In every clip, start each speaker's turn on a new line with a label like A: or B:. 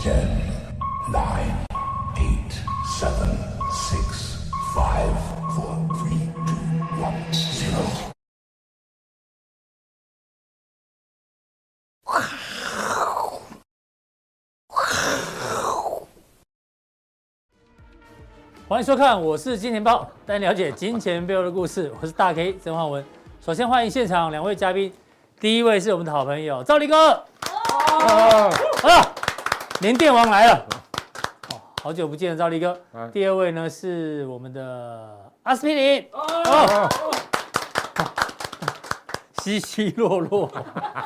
A: Ten, nine, eight, seven, six, five, four, three, two, one, zero。
B: 欢迎收看，我是金钱豹，带你了解金钱背后的故事。我是大 K 曾焕文。首先欢迎现场两位嘉宾，第一位是我们的好朋友赵力哥，啊，连电王来了，哦，好久不见的赵力哥。第二位呢是我们的阿司匹林，哦， 稀稀落落，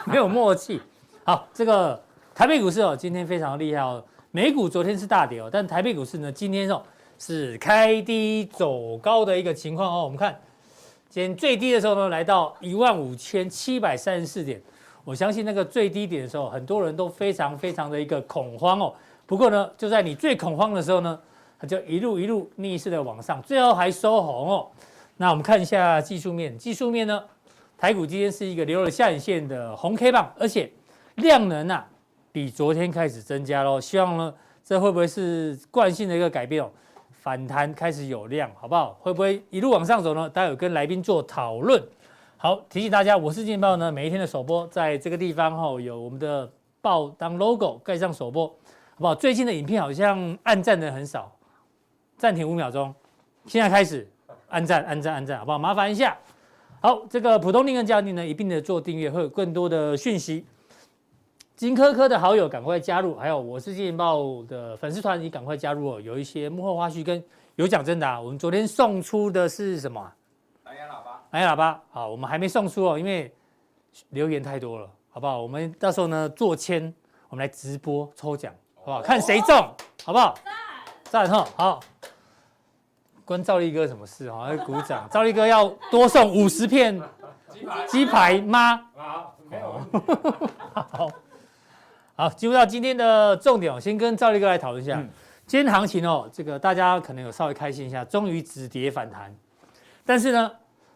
B: 没有默契。好，这个台北股市哦，今天非常厉害哦。美股昨天是大跌哦，但台北股市呢，今天哦是开低走高的一个情况哦。我们看，今天最低的时候呢，来到一万五千七百三十四点。我相信那个最低点的时候，很多人都非常非常的一个恐慌哦。不过呢，就在你最恐慌的时候呢，它就一路一路逆势的往上，最后还收红哦。那我们看一下技术面，技术面呢，台股今天是一个留了下影线的红 K 棒，而且量能啊比昨天开始增加喽。希望呢，这会不会是惯性的一个改变哦？反弹开始有量，好不好？会不会一路往上走呢？待会有跟来宾做讨论。好，提醒大家，我是劲报呢，每一天的首播在这个地方哈、有我们的报当 logo 盖上首播，好不好？最近的影片好像按赞的很少，暂停五秒钟，现在开始按赞按赞按赞，好不好？麻烦一下。好，这个普通订阅家庭呢，一并的做订阅，会有更多的讯息。金科科的好友赶快加入，还有我是劲报的粉丝团，你赶快加入哦。有一些幕后花絮跟有奖征啊答，我们昨天送出的是什么啊、
C: 蓝牙喇叭，
B: 蓝牙喇叭，好，我们还没送出哦，因为留言太多了，好不好？我们到时候呢做签，我们来直播抽奖，好不好？看谁中，好不好？赞哈，好。关赵力哥什么事哦？要鼓掌，赵力哥要多送五十片
C: 鸡排
B: 鸡排吗？
C: 啊，没有
B: 哦
C: 问题，
B: 好，好，进入到今天的重点哦，先跟赵力哥来讨论一下、
D: 嗯
B: 今天行情哦。这个大家可能有稍微开心一下，终于止跌反弹，但是呢，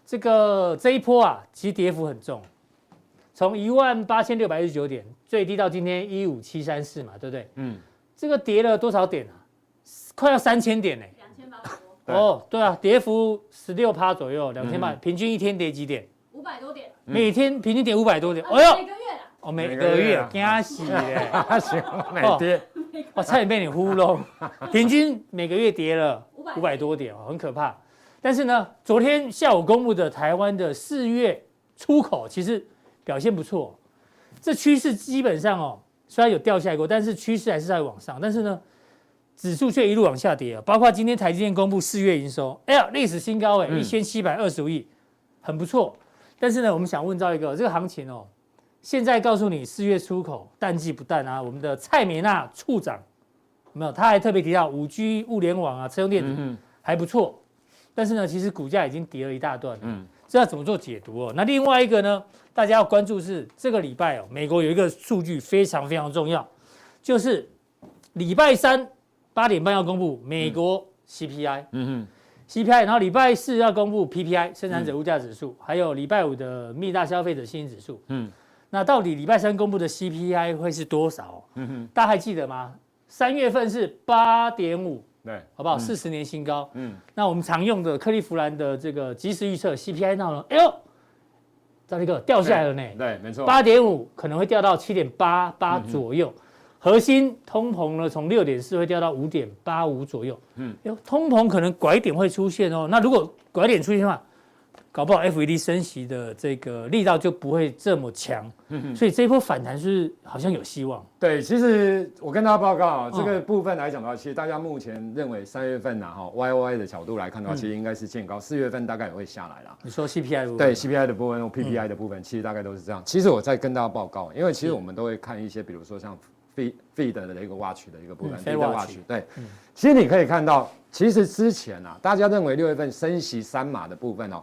B: 这个这一波啊，其实跌幅很重，从一万八千六百一十九点最低到今天一五七三四嘛，对不对？
D: 嗯，
B: 这个跌了多少点啊？快要三千点呢、
E: 两千八百多，
D: 对
B: 哦，对啊，跌幅十六趴左右，两千八，
D: 嗯
B: 平均一天跌几点？
E: 五百多点，
D: 嗯
B: 每天平均跌五百多点。
E: 啊
B: 哎呦，
E: 每个月啦，
B: 哦，每
D: 每
B: 个
D: 个月
B: 月惊
D: 啊
B: 死嘞！
D: 他喜欢
B: 哦
D: 哪跌？
B: 我差点被你糊弄，平均每个月跌了
E: 500
B: 五百多点哦，很可怕。但是呢，昨天下午公布的台湾的四月出口其实表现不错，这趋势基本上哦，虽然有掉下来过，但是趋势还是在往上。但是呢，指数却一路往下跌啊，包括今天台积电公布四月营收，哎呀，历史新高哎，
D: 嗯
B: 一千七百二十五亿，很不错。但是呢，我们想问到一个这个行情哦，现在告诉你四月出口淡季不淡啊，我们的蔡美娜处长有没有，他还特别提到五 G 物联网啊，车用电子
D: 嗯
B: 还不错，但是呢，其实股价已经跌了一大段了，
D: 嗯
B: 这要怎么做解读哦？那另外一个呢，大家要关注是这个礼拜哦，美国有一个数据非常非常重要，就是礼拜三八点半要公布美国 CPI，、
D: 嗯
B: CPI，然后礼拜四要公布 PPI 生产者物价指数，还有礼拜五的密大消费者信心指数。
D: 嗯
B: 那到底礼拜三公布的 CPI 会是多少？
D: 嗯嗯，
B: 大家还记得吗？三月份是八点五，
D: 对，
B: 好不好？
D: 嗯
B: 四十、年新高。
D: 嗯
B: 那我们常用的克利夫兰的这个即时预测 CPI 闹了，哎呦，赵力哥掉下来了呢。
D: 对，嗯没错，
B: 八点五可能会掉到七点八八左右，核心通膨呢从六点四会掉到五点八五左右。嗯
D: 嗯，
B: 通膨可能拐点会出现哦。那如果拐点出现的话，搞不好 FED 升息的这个力道就不会这么强。
D: 嗯
B: 所以这一波反弹是好像有希望。
D: 对，其实我跟大家报告啊，
B: 嗯
D: 这个部分来讲的话，其实大家目前认为三月份呐，哈，Y O Y 的角度来看的话，
B: 嗯
D: 其实应该是见高，四月份大概也会下来啦。
B: 你说 CPI 如何
D: 对 CPI 的部
B: 嗯
D: 分、P P I 的部分，其实大概都是这样。其实我在跟大家报告，因为其实
B: 嗯
D: 我们都会看一些，比如说像 feed feed 的一个 watch 的一个部分
B: 嗯
D: ，feed
B: Fed watch
D: watch 对。其实你可以看到，其实之前啊，大家认为六月份升息三码的部分哦，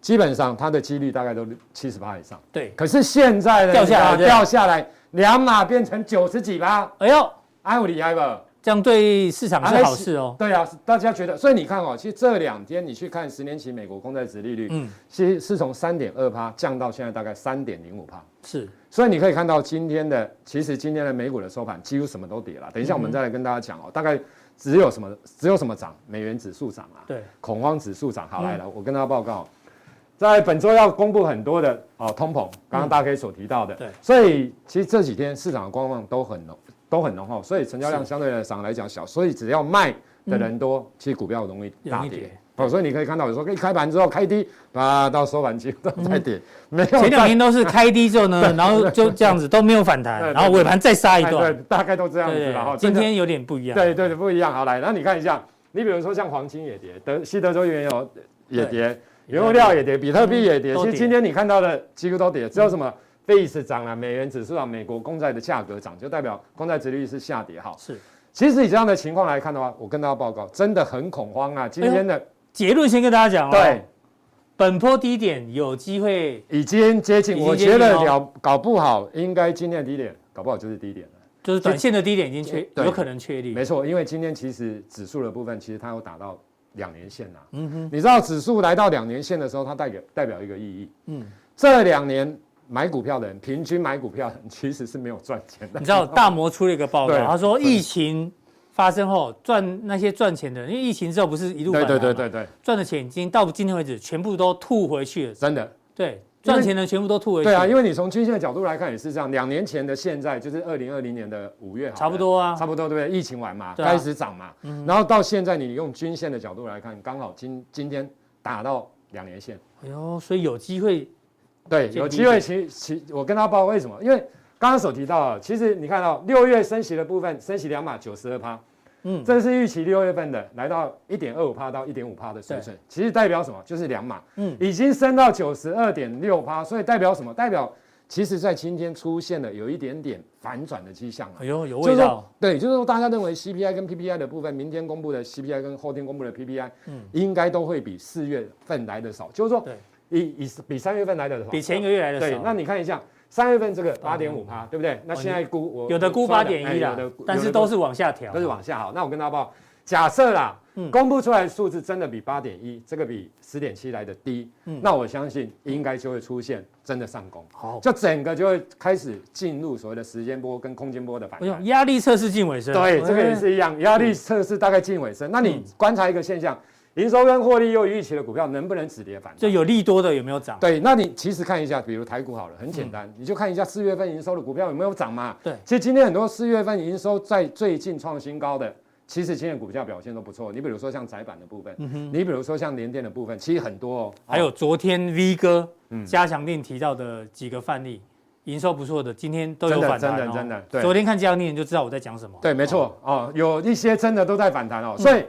D: 基本上它的几率大概都七十趴以上。
B: 对，
D: 可是现在呢，
B: 掉下来
D: 你知道掉下来两码变成九十几趴，
B: 哎呦，
D: 哎，我厉害吧？
B: 这样对市场是好事哦。
D: 对啊，大家觉得，所以你看哦，其实这两天你去看十年期美国公债值利率，
B: 嗯
D: 其实是从三点二趴降到现在大概三点零五趴。
B: 是，
D: 所以你可以看到今天的，其实今天的美股的收盘几乎什么都跌了。等一下我
B: 嗯
D: 们再来跟大家讲哦，大概只有什么只有什么涨，美元指数涨啊，
B: 对，
D: 恐慌指数涨。好，
B: 嗯
D: 来了，我跟大家报告，在本周要公布很多的哦通膨，刚刚大 K 所提到的，
B: 嗯对
D: 所以其实这几天市场的观望都很浓，都很浓厚，所以成交量
B: 是嗯
D: 相对来上来讲小，所以只要卖的人多，其实股票容易大
B: 容易
D: 跌
B: 跌。
D: 哦，所以你可以看到，有时候一开盘之后开低，啊，到收盘几乎都在跌，没有
B: 嗯前两
D: 再
B: 天都是开低之后 呢，然后就这样子都没有反
D: 对
B: 弹，
D: 对
B: 然后尾盘再杀一
D: 哎
B: 段，
D: 对，大概都这样
B: 对
D: 子哦然后
B: 对，今天有点不一样，
D: 对对对不一样。好来，然后你看一下，你比如说像黄金也跌，德西德州原油也跌，原油料也跌，比特币也
B: 嗯
D: 跌。
B: 都
D: 其
B: 跌嗯
D: 实今天你看到的几乎都跌，只有什么 face 涨了，美元指数涨，啊美国公债的价格涨，就代表公债殖利率是下跌。好，
B: 是
D: 其实以这样的情况来看的话，我跟大家报告，真的很恐慌啊！今天的、
B: 结论先跟大家讲哦，
D: 对，
B: 本波低点有机会，
D: 已经接近，
B: 已经
D: 我
B: 接近
D: 觉得
B: 哦
D: 了搞不好应该今天的低点，搞不好就是低点了。
B: 就是短线的低点已经确，
D: 对
B: 有可能确立，
D: 没错，因为今天其实指数的部分，其实它有打到两年线啦、
B: 嗯哼，
D: 你知道指数来到两年线的时候，它代表代表一个意义。
B: 嗯，
D: 这两年买股票的人，平均买股票的人其实是没有赚钱 的
B: 你。知道大摩出了一个报告，
D: 对
B: 他说疫情发生后赚那些赚钱的人，因为疫情之后不是一路
D: 对
B: 反弹
D: 对
B: 嘛
D: 对对对，
B: 赚的钱已经到今天为止全部都吐回去了，
D: 真的。
B: 对，赚钱的全部都吐回去，
D: 对啊，因为你从均线的角度来看也是这样，两年前的现在就是二零二零年的五月好了，
B: 差不多啊，
D: 差不多对不对？疫情完嘛，
B: 对啊
D: 开始涨嘛，然后到现在你用均线的角度来看，刚好今今天打到两年线。
B: 哎呦，所以有机会
D: 对，
B: 见
D: 有
B: 低
D: 机会
B: 点
D: 其其我跟他报为什么？因为刚刚所提到啊的，其实你看到六月升息的部分，升息两码九十二趴，
B: 嗯
D: 嗯，这是预期六月份的来到一点二五趴到一点五趴的水准，其实代表什么？就是两码，
B: 嗯
D: 嗯，已经升到九十二点六趴，所以代表什么？代表其实在今天出现了有一点点反转的迹象了
B: 哎。呦，有
D: 就是
B: 味
D: 说
B: 道，，
D: 对，就是说，大家认为 CPI 跟 PPI 的部分，明天公布的 CPI 跟后天公布的 PPI，
B: 嗯
D: 应该都会比四月份来的少，就是说
B: 对，
D: 以以比三月份来的少，
B: 比前一个月来的
D: 对
B: 少。，哦
D: 那你看一下三月份这个八点五趴，对不对？那现在估我
B: 有的估
D: 我说
B: 八
D: 了哎
B: 点一啦
D: 有的估，
B: 但
D: 有
B: 是
D: 的
B: 都
D: 估
B: 是往下调，
D: 都是往下好。那我跟大家报，假设啦
B: 嗯，
D: 公布出来的数字真的比八点一，这个比十点七来的低
B: 嗯，
D: 那我相信应该就会出现真的上攻，
B: 好。
D: 就整个就会开始进入所谓的时间波跟空间波的反
B: 哎呦，
D: 弹。
B: 压力测试近尾声，
D: 对，
B: 哎
D: 这个也是一样，压力测试大概近尾声。那
B: 嗯
D: 你观察一个现象，营收跟获利又于预期的股票能不能止跌反弹？
B: 就有利多的有没有涨？
D: 对，那你其实看一下，比如台股好了，很简单，你就看一下四月份营收的股票有没有涨嘛。
B: 嗯对
D: 其实今天很多四月份营收在最近创新高的，其实今天股价表现都不错。你比如说像窄板的部分，你比如说像联电的部分，其实很多哦。
B: 嗯还有昨天 V 哥
D: 嗯
B: 加强店提到的几个范例，营收不错的，今天都有
D: 真的
B: 反弹哦
D: 真的真的对
B: 昨天看加强店就知道我在讲什么。
D: 对，没错哦有一些真的都在反弹
B: 嗯
D: 哦，所以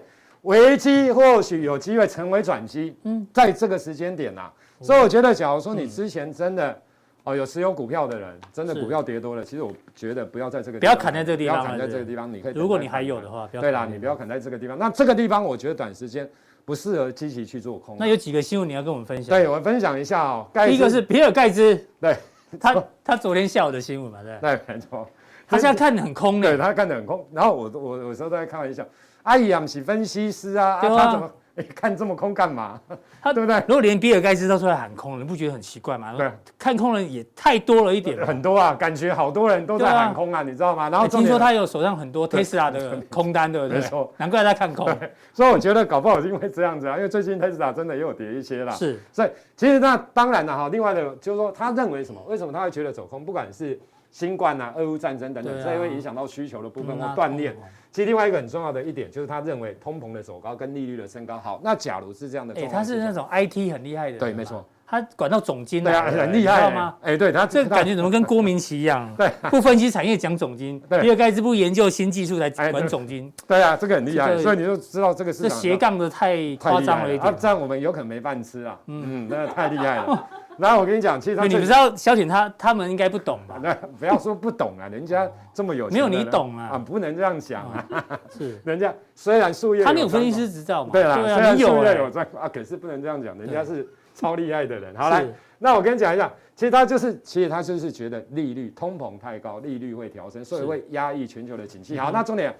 D: 危机或许有机会成为转机。
B: 嗯哦
D: 嗯，在这个时间点呐、所以我觉得，假如说你之前真的。哦，有持有股票的人，真的
B: 是
D: 股票跌多了，其实我觉得不要在这个
B: 不要砍在这个地方
D: 不要砍在
B: 对
D: 这个地方，你可以等
B: 如果
D: 待
B: 你还
D: 反弹
B: 有的话，不要
D: 对啦，
B: 看
D: 你不要砍在这个地方。那这个地方，我觉得短时间不适合积极去做空。啊
B: 那有几个新闻你要跟我们分享？
D: 对我分享一下哦，盖茨
B: 第一个 是比尔盖茨，
D: 对，
B: 他他昨天下午的新闻嘛，对不对，
D: 对，没错，
B: 他现在看得很空的，
D: 对他看得很空。然后我我我有时候都在开玩笑，阿姨啊，是分析师啊，啊
B: 对啊
D: 他怎么、哎看这么空干嘛？
B: 他
D: 对不对？
B: 如果连比尔盖茨都出来喊空了，你不觉得很奇怪吗？
D: 对，
B: 看空了也太多了一点吧。
D: 很多啊，感觉好多人都在
B: 对啊
D: 喊空啊，你知道吗？然后
B: 哎
D: 重
B: 听说
D: 点，
B: 他有手上很多 Tesla 的空单，对不对？
D: 没错，
B: 难怪他看空。
D: 所以我觉得搞不好是因为这样子啊，因为最近 Tesla 真的也有跌一些啦。
B: 是，
D: 所以其实那当然了哈，另外的就是说，他认为什么？为什么他会觉得走空？不管是新冠啊、俄乌战争等等，
B: 对啊
D: 这会影响到需求的部分或
B: 嗯啊
D: 断裂。
B: 空
D: 其实另外一个很重要的一点就是，他认为通膨的走高跟利率的升高。好，那假如是这样的
B: 哎、
D: 状
B: 他
D: 况
B: 是
D: 之下，
B: 那种 IT 很厉害的人嘛，
D: 对没错
B: 他管到总经
D: 对啊，
B: 来的
D: 很厉
B: 你知
D: 害
B: 道
D: 欸
B: 吗？？
D: 哎，对他
B: 这感
D: 觉
B: 觉怎么跟郭明奇一样？啊
D: 对，
B: 不分析产业讲总经，
D: 对
B: 比尔盖茨不研究新技术才
D: 哎
B: 管
D: 对
B: 总经，
D: 对啊，这个很厉
B: 这
D: 害，
B: 个
D: 所以你就知道这个市
B: 这
D: 场
B: 斜杠的太
D: 太
B: 夸
D: 厉
B: 张
D: 害
B: 了一
D: 啊，
B: 点。
D: 这样我们有可能没饭吃啊。嗯，那太厉害了。然后我跟你讲，其实他
B: 对你
D: 最
B: 们知道消遣他他们应该不懂吧？
D: 那 不要说不懂啊，人家这么有钱
B: 没有
D: 的人，
B: 你懂啊哦
D: 啊，不能这样讲啊。
B: 是，
D: 人家虽然术业，
B: 他们有分析师，执照嘛？
D: 对啦，虽
B: 啊，
D: 然
B: 你有
D: 术
B: 哎
D: 业有专啊，可是不能这样讲，人家是超厉害的人。好
B: 是
D: 来，那我跟你讲一下，其实他就是，其实他就是觉得利率通膨太高，利率会调升，所以
B: 是嗯
D: 会压抑全球的景气。好，那重点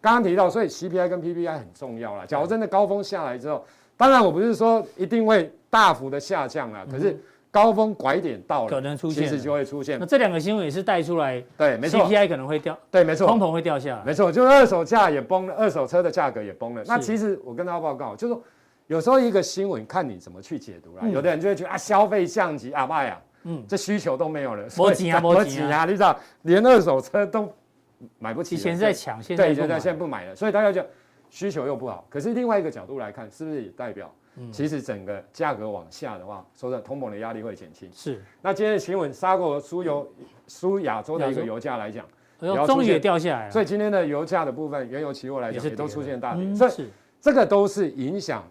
D: 刚刚提到，所以 CPI 跟 PPI 很重要啦。假如真的高峰下来之后，当然我不是说一定会大幅的下降啦，可是高峰拐点到了，
B: 嗯可能出现
D: 其实就会出现
B: 那。这两个新闻也是带出来
D: 对，没错，
B: ，CPI 可能会掉，
D: 对，没错，
B: 通膨会掉下来。
D: 没错，就是二手价也崩了，二手车的价格也崩了。那
B: 是
D: 其实我跟大家报告，就是说有时候一个新闻看你怎么去解读啦。
B: 嗯
D: 有的人就会觉得啊，消费降级啊，妈呀，
B: 嗯，
D: 这需求都 没有了，
B: 没钱啊
D: 所以
B: 没
D: 没
B: 钱啊
D: 钱啊，你知道，连二手车都买不起
B: 以
D: 了。
B: 前是在抢，现在
D: 对，
B: 不
D: 就在
B: 买
D: 现在不买了，所以大家就需求又不好。可是另外一个角度来看，是不是也代表
B: 嗯，
D: 其实整个价格往下的话，说真的通膨的压力会减轻？
B: 是，
D: 那今天的新闻，沙国输油
B: 嗯
D: 输亚洲的一个油价来讲。
B: 哎
D: 也
B: 呦，
D: 要
B: 终
D: 出
B: 于
D: 现
B: 也掉下来了，
D: 所以今天的油价的部分，原油期货来
B: 也
D: 讲
B: 是
D: 也都
B: 跌
D: 出
B: 的
D: 现大跌，
B: 嗯
D: 所以
B: 是，
D: 这个都是影响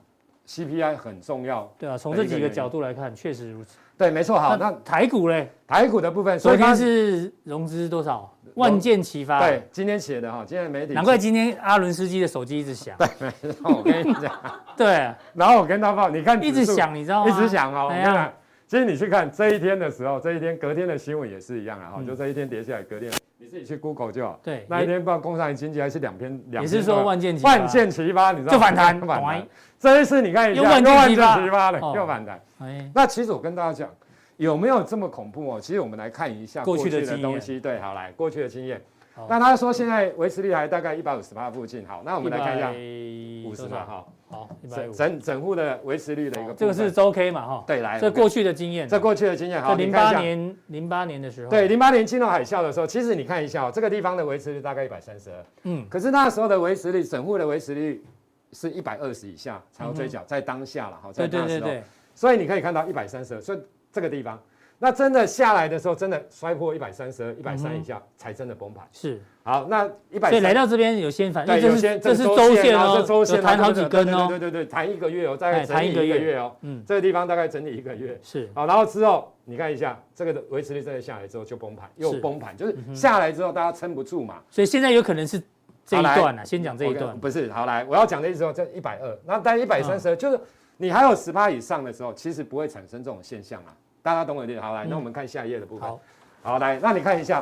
D: CPI 很重要。
B: 对啊，从
D: 的
B: 这
D: 一个
B: 几个
D: 原因
B: 角度来看，确实如此。
D: 对，没错。好，那
B: 台股嘞，
D: 台股的部分，
B: 昨
D: 所以它
B: 天是融资多少？万箭齐发，，
D: 对今天写的哈，今天媒体
B: 难怪今天阿伦斯基的手机一直响，
D: 我跟你讲，
B: 对，
D: 然后我跟他报，你看
B: 一
D: 指
B: 直
D: 数，
B: 响，你知道吗？
D: 一直响哦。我
B: 哎
D: 跟
B: 呀
D: 你讲，其实你去看这一天的时候，这一天隔天的新闻也是一样啊，哈，
B: 嗯
D: 就这一天跌下来，隔天你自己去 Google 就好。
B: 对，
D: 那一
B: 也
D: 天报工商经济还是两篇，两
B: 也
D: 篇
B: 是
D: 都
B: 说
D: 有
B: 万箭齐发，
D: 万箭齐发，你知道吗
B: 就反弹，
D: 反
B: 哎
D: 弹。这一次你看一下，
B: 又万
D: 又
B: 箭
D: 万
B: 齐
D: 箭
B: 发
D: 齐发了
B: 哦，
D: 又反弹。
B: 哎，
D: 那其实我跟大家讲，有没有这么恐怖哦？其实我们来看一下
B: 过去的经验
D: 东西。对，好来，过去的经验
B: 好。
D: 那他说现在维持率还大概一百五十八附近，好，那我们来看一下
B: 下
D: 五十嘛，哈，
B: 好，一百
D: 整
B: 五，
D: 整整户的维持率的一个部分。
B: 这个是周 K 嘛，哈，
D: 对来，
B: 这
D: 哎我们
B: 过去的经验，啊
D: 这过去的经验，
B: 这
D: 好，
B: 零
D: 你看一
B: 八
D: 下。
B: 年零八年的时候，
D: 对，，零八年金融海啸的时候，其实你看一下哦，这个地方的维持率大概一百三十二，
B: 嗯，
D: 可是那时候的维持率，整户的维持率是一百二十以下才要追缴，在当下了哈，哦在
B: 嗯对对
D: 那
B: 对
D: 时候，
B: 对，
D: 所以你可以看到一百三十二，所以这个地方，那真的下来的时候，真的摔破一百三十二、一百三以下、才真的崩盘。
B: 是，
D: 好，那一百
B: 嗯所以来
D: 三。
B: 到这边有先反，因为
D: 对，
B: 这
D: 有
B: 是
D: 些
B: 这是
D: 周
B: 线
D: 啊
B: 哦，
D: 这周线
B: 有
D: 啊
B: 弹好
D: 对
B: 几
D: 对对
B: 根
D: 对
B: 哦，
D: 对对对，弹一个月哦，
B: 哎
D: 再
B: 弹
D: 弹
B: 一
D: 一
B: 个
D: 个
B: 月
D: 月哦，
B: 嗯，
D: 这个地方大概整理一个月。
B: 是，
D: 好，然后之后你看一下，这个的维持率真的下来之后就崩盘，又
B: 是嗯
D: 崩盘，就是下来之后大家撑不住嘛。
B: 所以现在有可能是这一
D: 好来
B: 段啊，先讲这一
D: OK，
B: 段，
D: 哦不是好来，我要讲的意思说这一百二，那但一百三
B: 嗯
D: 十就是你还有十趴以上的时候，其实不会产生这种现象啊。大家懂我的意思？好来，
B: 嗯
D: 那我们看下一页的部分。
B: 好，
D: 好，来，那你看一下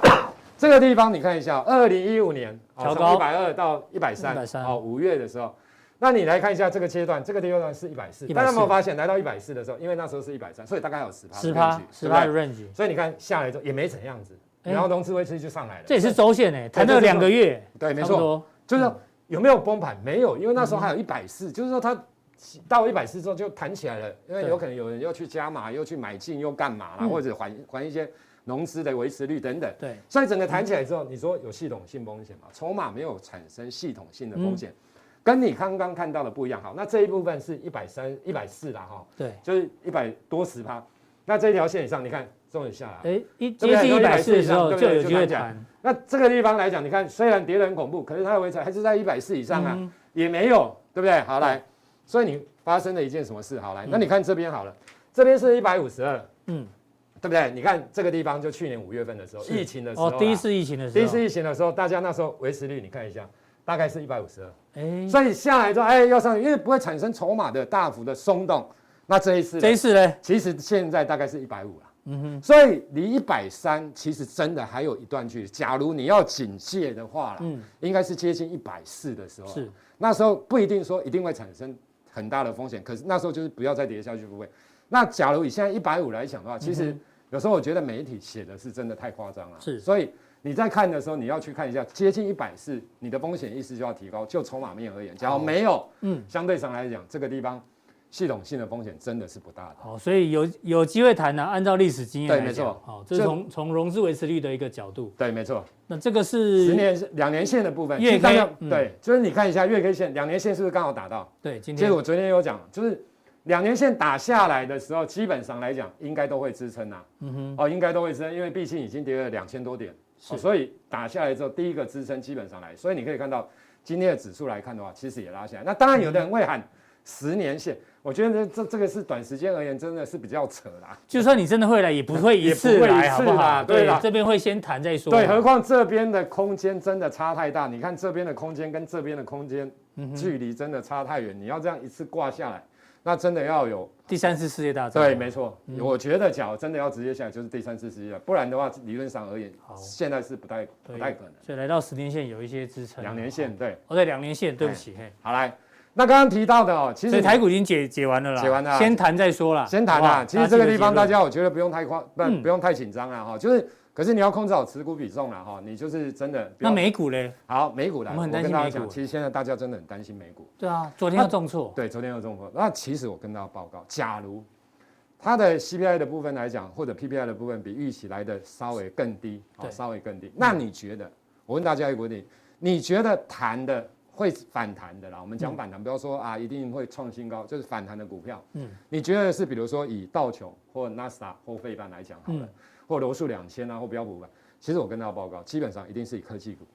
D: 这个地方，你看一下，二零一五年
B: 调
D: 哦
B: 高
D: 从一百二到一百三，
B: 130
D: 哦，五月的时候，那你来看一下这个阶段，这个阶段是一百四，
B: 140
D: 大家有没有发现，来到一百四的时候，因为那时候是一百三，所以大概有十趴，
B: 十趴十
D: 对
B: 趴
D: 吧
B: 的？range，
D: 所以你看下来之后也没怎样子，
B: 哎
D: 然后融资维持率就上来了，
B: 这也是周线诶，弹了两个月，
D: 对，没
B: 差
D: 错
B: 不。多，
D: 就是说有没有崩盘？没有，因为那时候还
B: 嗯
D: 有一百四，就是说它到一百四之后就弹起来了，因为
B: 对
D: 有可能有人又去加码，又去买进，又干嘛啦，
B: 嗯
D: 或者还还一些融资的维持率等等。
B: 对，
D: 所以整个弹起来之后，你说有系统性风险嘛？筹码没有产生系统性的风险，
B: 嗯
D: 跟你刚刚看到的不一样。好，那这一部分是一百三、一百四啦，哈，
B: 对，
D: 就是一百多十趴。那这条线以上，你看终于下来了。
B: 哎，一接
D: 对不对
B: 近一
D: 有
B: 百
D: 140
B: 四的时候
D: 以上
B: 就
D: 对
B: 有
D: 不对
B: 机会
D: 就看
B: 弹，
D: 那这个地方来讲，你看虽然跌得很恐怖，可是它的维持还是在一百四以上啊。
B: 嗯
D: 也没有，对不对？好来，所以你发生了一件什么事？好来，那你看这边好了，这边是一百五十二，
B: 嗯，
D: 对不对？你看这个地方就去年五月份的时候，
B: 是
D: 疫情的时候
B: 哦
D: 啦，，
B: 第一次疫情的时候，
D: 第一次疫情的时候，大家那时候维持率你看一下，大概是一百五十二，
B: 哎，
D: 所以下来之后，哎，要上去，因为不会产生筹码的大幅的松动。那这一次呢，
B: 这一次嘞，
D: 其实现在大概是一百五了。
B: 嗯哼。
D: 所以离一百三其实真的还有一段距离。假如你要警戒的话啦，
B: 嗯
D: 应该是接近一百四的时候啦，
B: 是
D: 那时候不一定说一定会产生很大的风险，可是那时候就是不要再跌下去，不会。那假如以现在一百五来讲的话，其实有时候我觉得媒体写的是真的太夸张了，
B: 嗯是
D: 所以。你在看的时候，你要去看一下接近一百四，你的风险意识就要提高。就筹码面而言，假如没有，
B: 嗯
D: 嗯，相对上来讲，这个地方系统性的风险真的是不大的。
B: 好，所以有有机会谈呢、啊按照历史经验
D: 对
B: 来
D: 没
B: 讲
D: 错
B: 好，这是
D: 这
B: 从从融资维持率的一个角度。
D: 对，没错。
B: 那这个
D: 十
B: 是
D: 年两年线的部分，
B: 月
D: 其实大家
B: K，嗯
D: 对，就是你看一下月 K 线，两年线是不是刚好打到？
B: 对今
D: 其
B: 天
D: 实我昨天有讲，就是两年线打下来的时候，基本上来讲应该都会支撑啊，
B: 嗯哼
D: 哦，应该都会支撑，因为毕竟已经跌了两千多点，
B: 是
D: 哦所以打下来之后，第一个支撑基本上来，所以你可以看到今天的指数来看的话，其实也拉下来。那当然，有的人会喊十年线，我觉得这这个是短时间而言真的是比较扯啦。
B: 就算你真的会来，也不会一次
D: 也不会一
B: 来，好
D: 次
B: 不好？
D: 啦对啦
B: 这边会先谈再说。啊
D: 对，何况这边的空间真的差太大，你看这边的空间跟这边的空间
B: 嗯
D: 距离真的差太远，你要这样一次挂下来，那真的要有
B: 第三次世界大战，
D: 对，没错，
B: 嗯
D: 我觉得假如真的要直接下来，就是第三次世界，不然的话理论上而言
B: 好，
D: 现在是不太
B: 对
D: 不太可能，
B: 所以来到十年线有一些支撑，啊
D: 两年线对，哎
B: 哦，对，两年线，对不起，嘿，
D: 好来。那刚刚提到的哦，其
B: 所以
D: 实
B: 台股已经解解完了啦，
D: 解完了啊
B: 先谈再说啦，
D: 先谈啦。
B: 好不好
D: 其实这个地方大
B: 记
D: 家我觉得不用太夸，不
B: 嗯
D: 不用太紧张了哈。就是，可是你要控制好持股比重了哈。你就是真的
B: 得
D: 不
B: 那
D: 要
B: 美股嘞，
D: 好美股啦，
B: 我们很担
D: 跟
B: 心
D: 大家
B: 美
D: 讲，
B: 股
D: 其实现在大家真的很担心美股。
B: 对啊，昨天又重挫，
D: 对，昨天有中风。那其实我跟大家报告，假如它的 CPI 的部分来讲，或者 PPI 的部分比预期来的稍微更低，哦，
B: 对
D: 稍微更低。那你觉得？我问大家一个问题，你觉得弹的会反弹的啦？我们讲反弹，不要说啊一定会创新高，就是反弹的股票。
B: 嗯
D: 嗯，你觉得是比如说以道琼或纳斯达或费半来讲好了，
B: 嗯
D: 或罗素两千啊或标普五百，其实我跟大家报告，基本上一定是以科技股、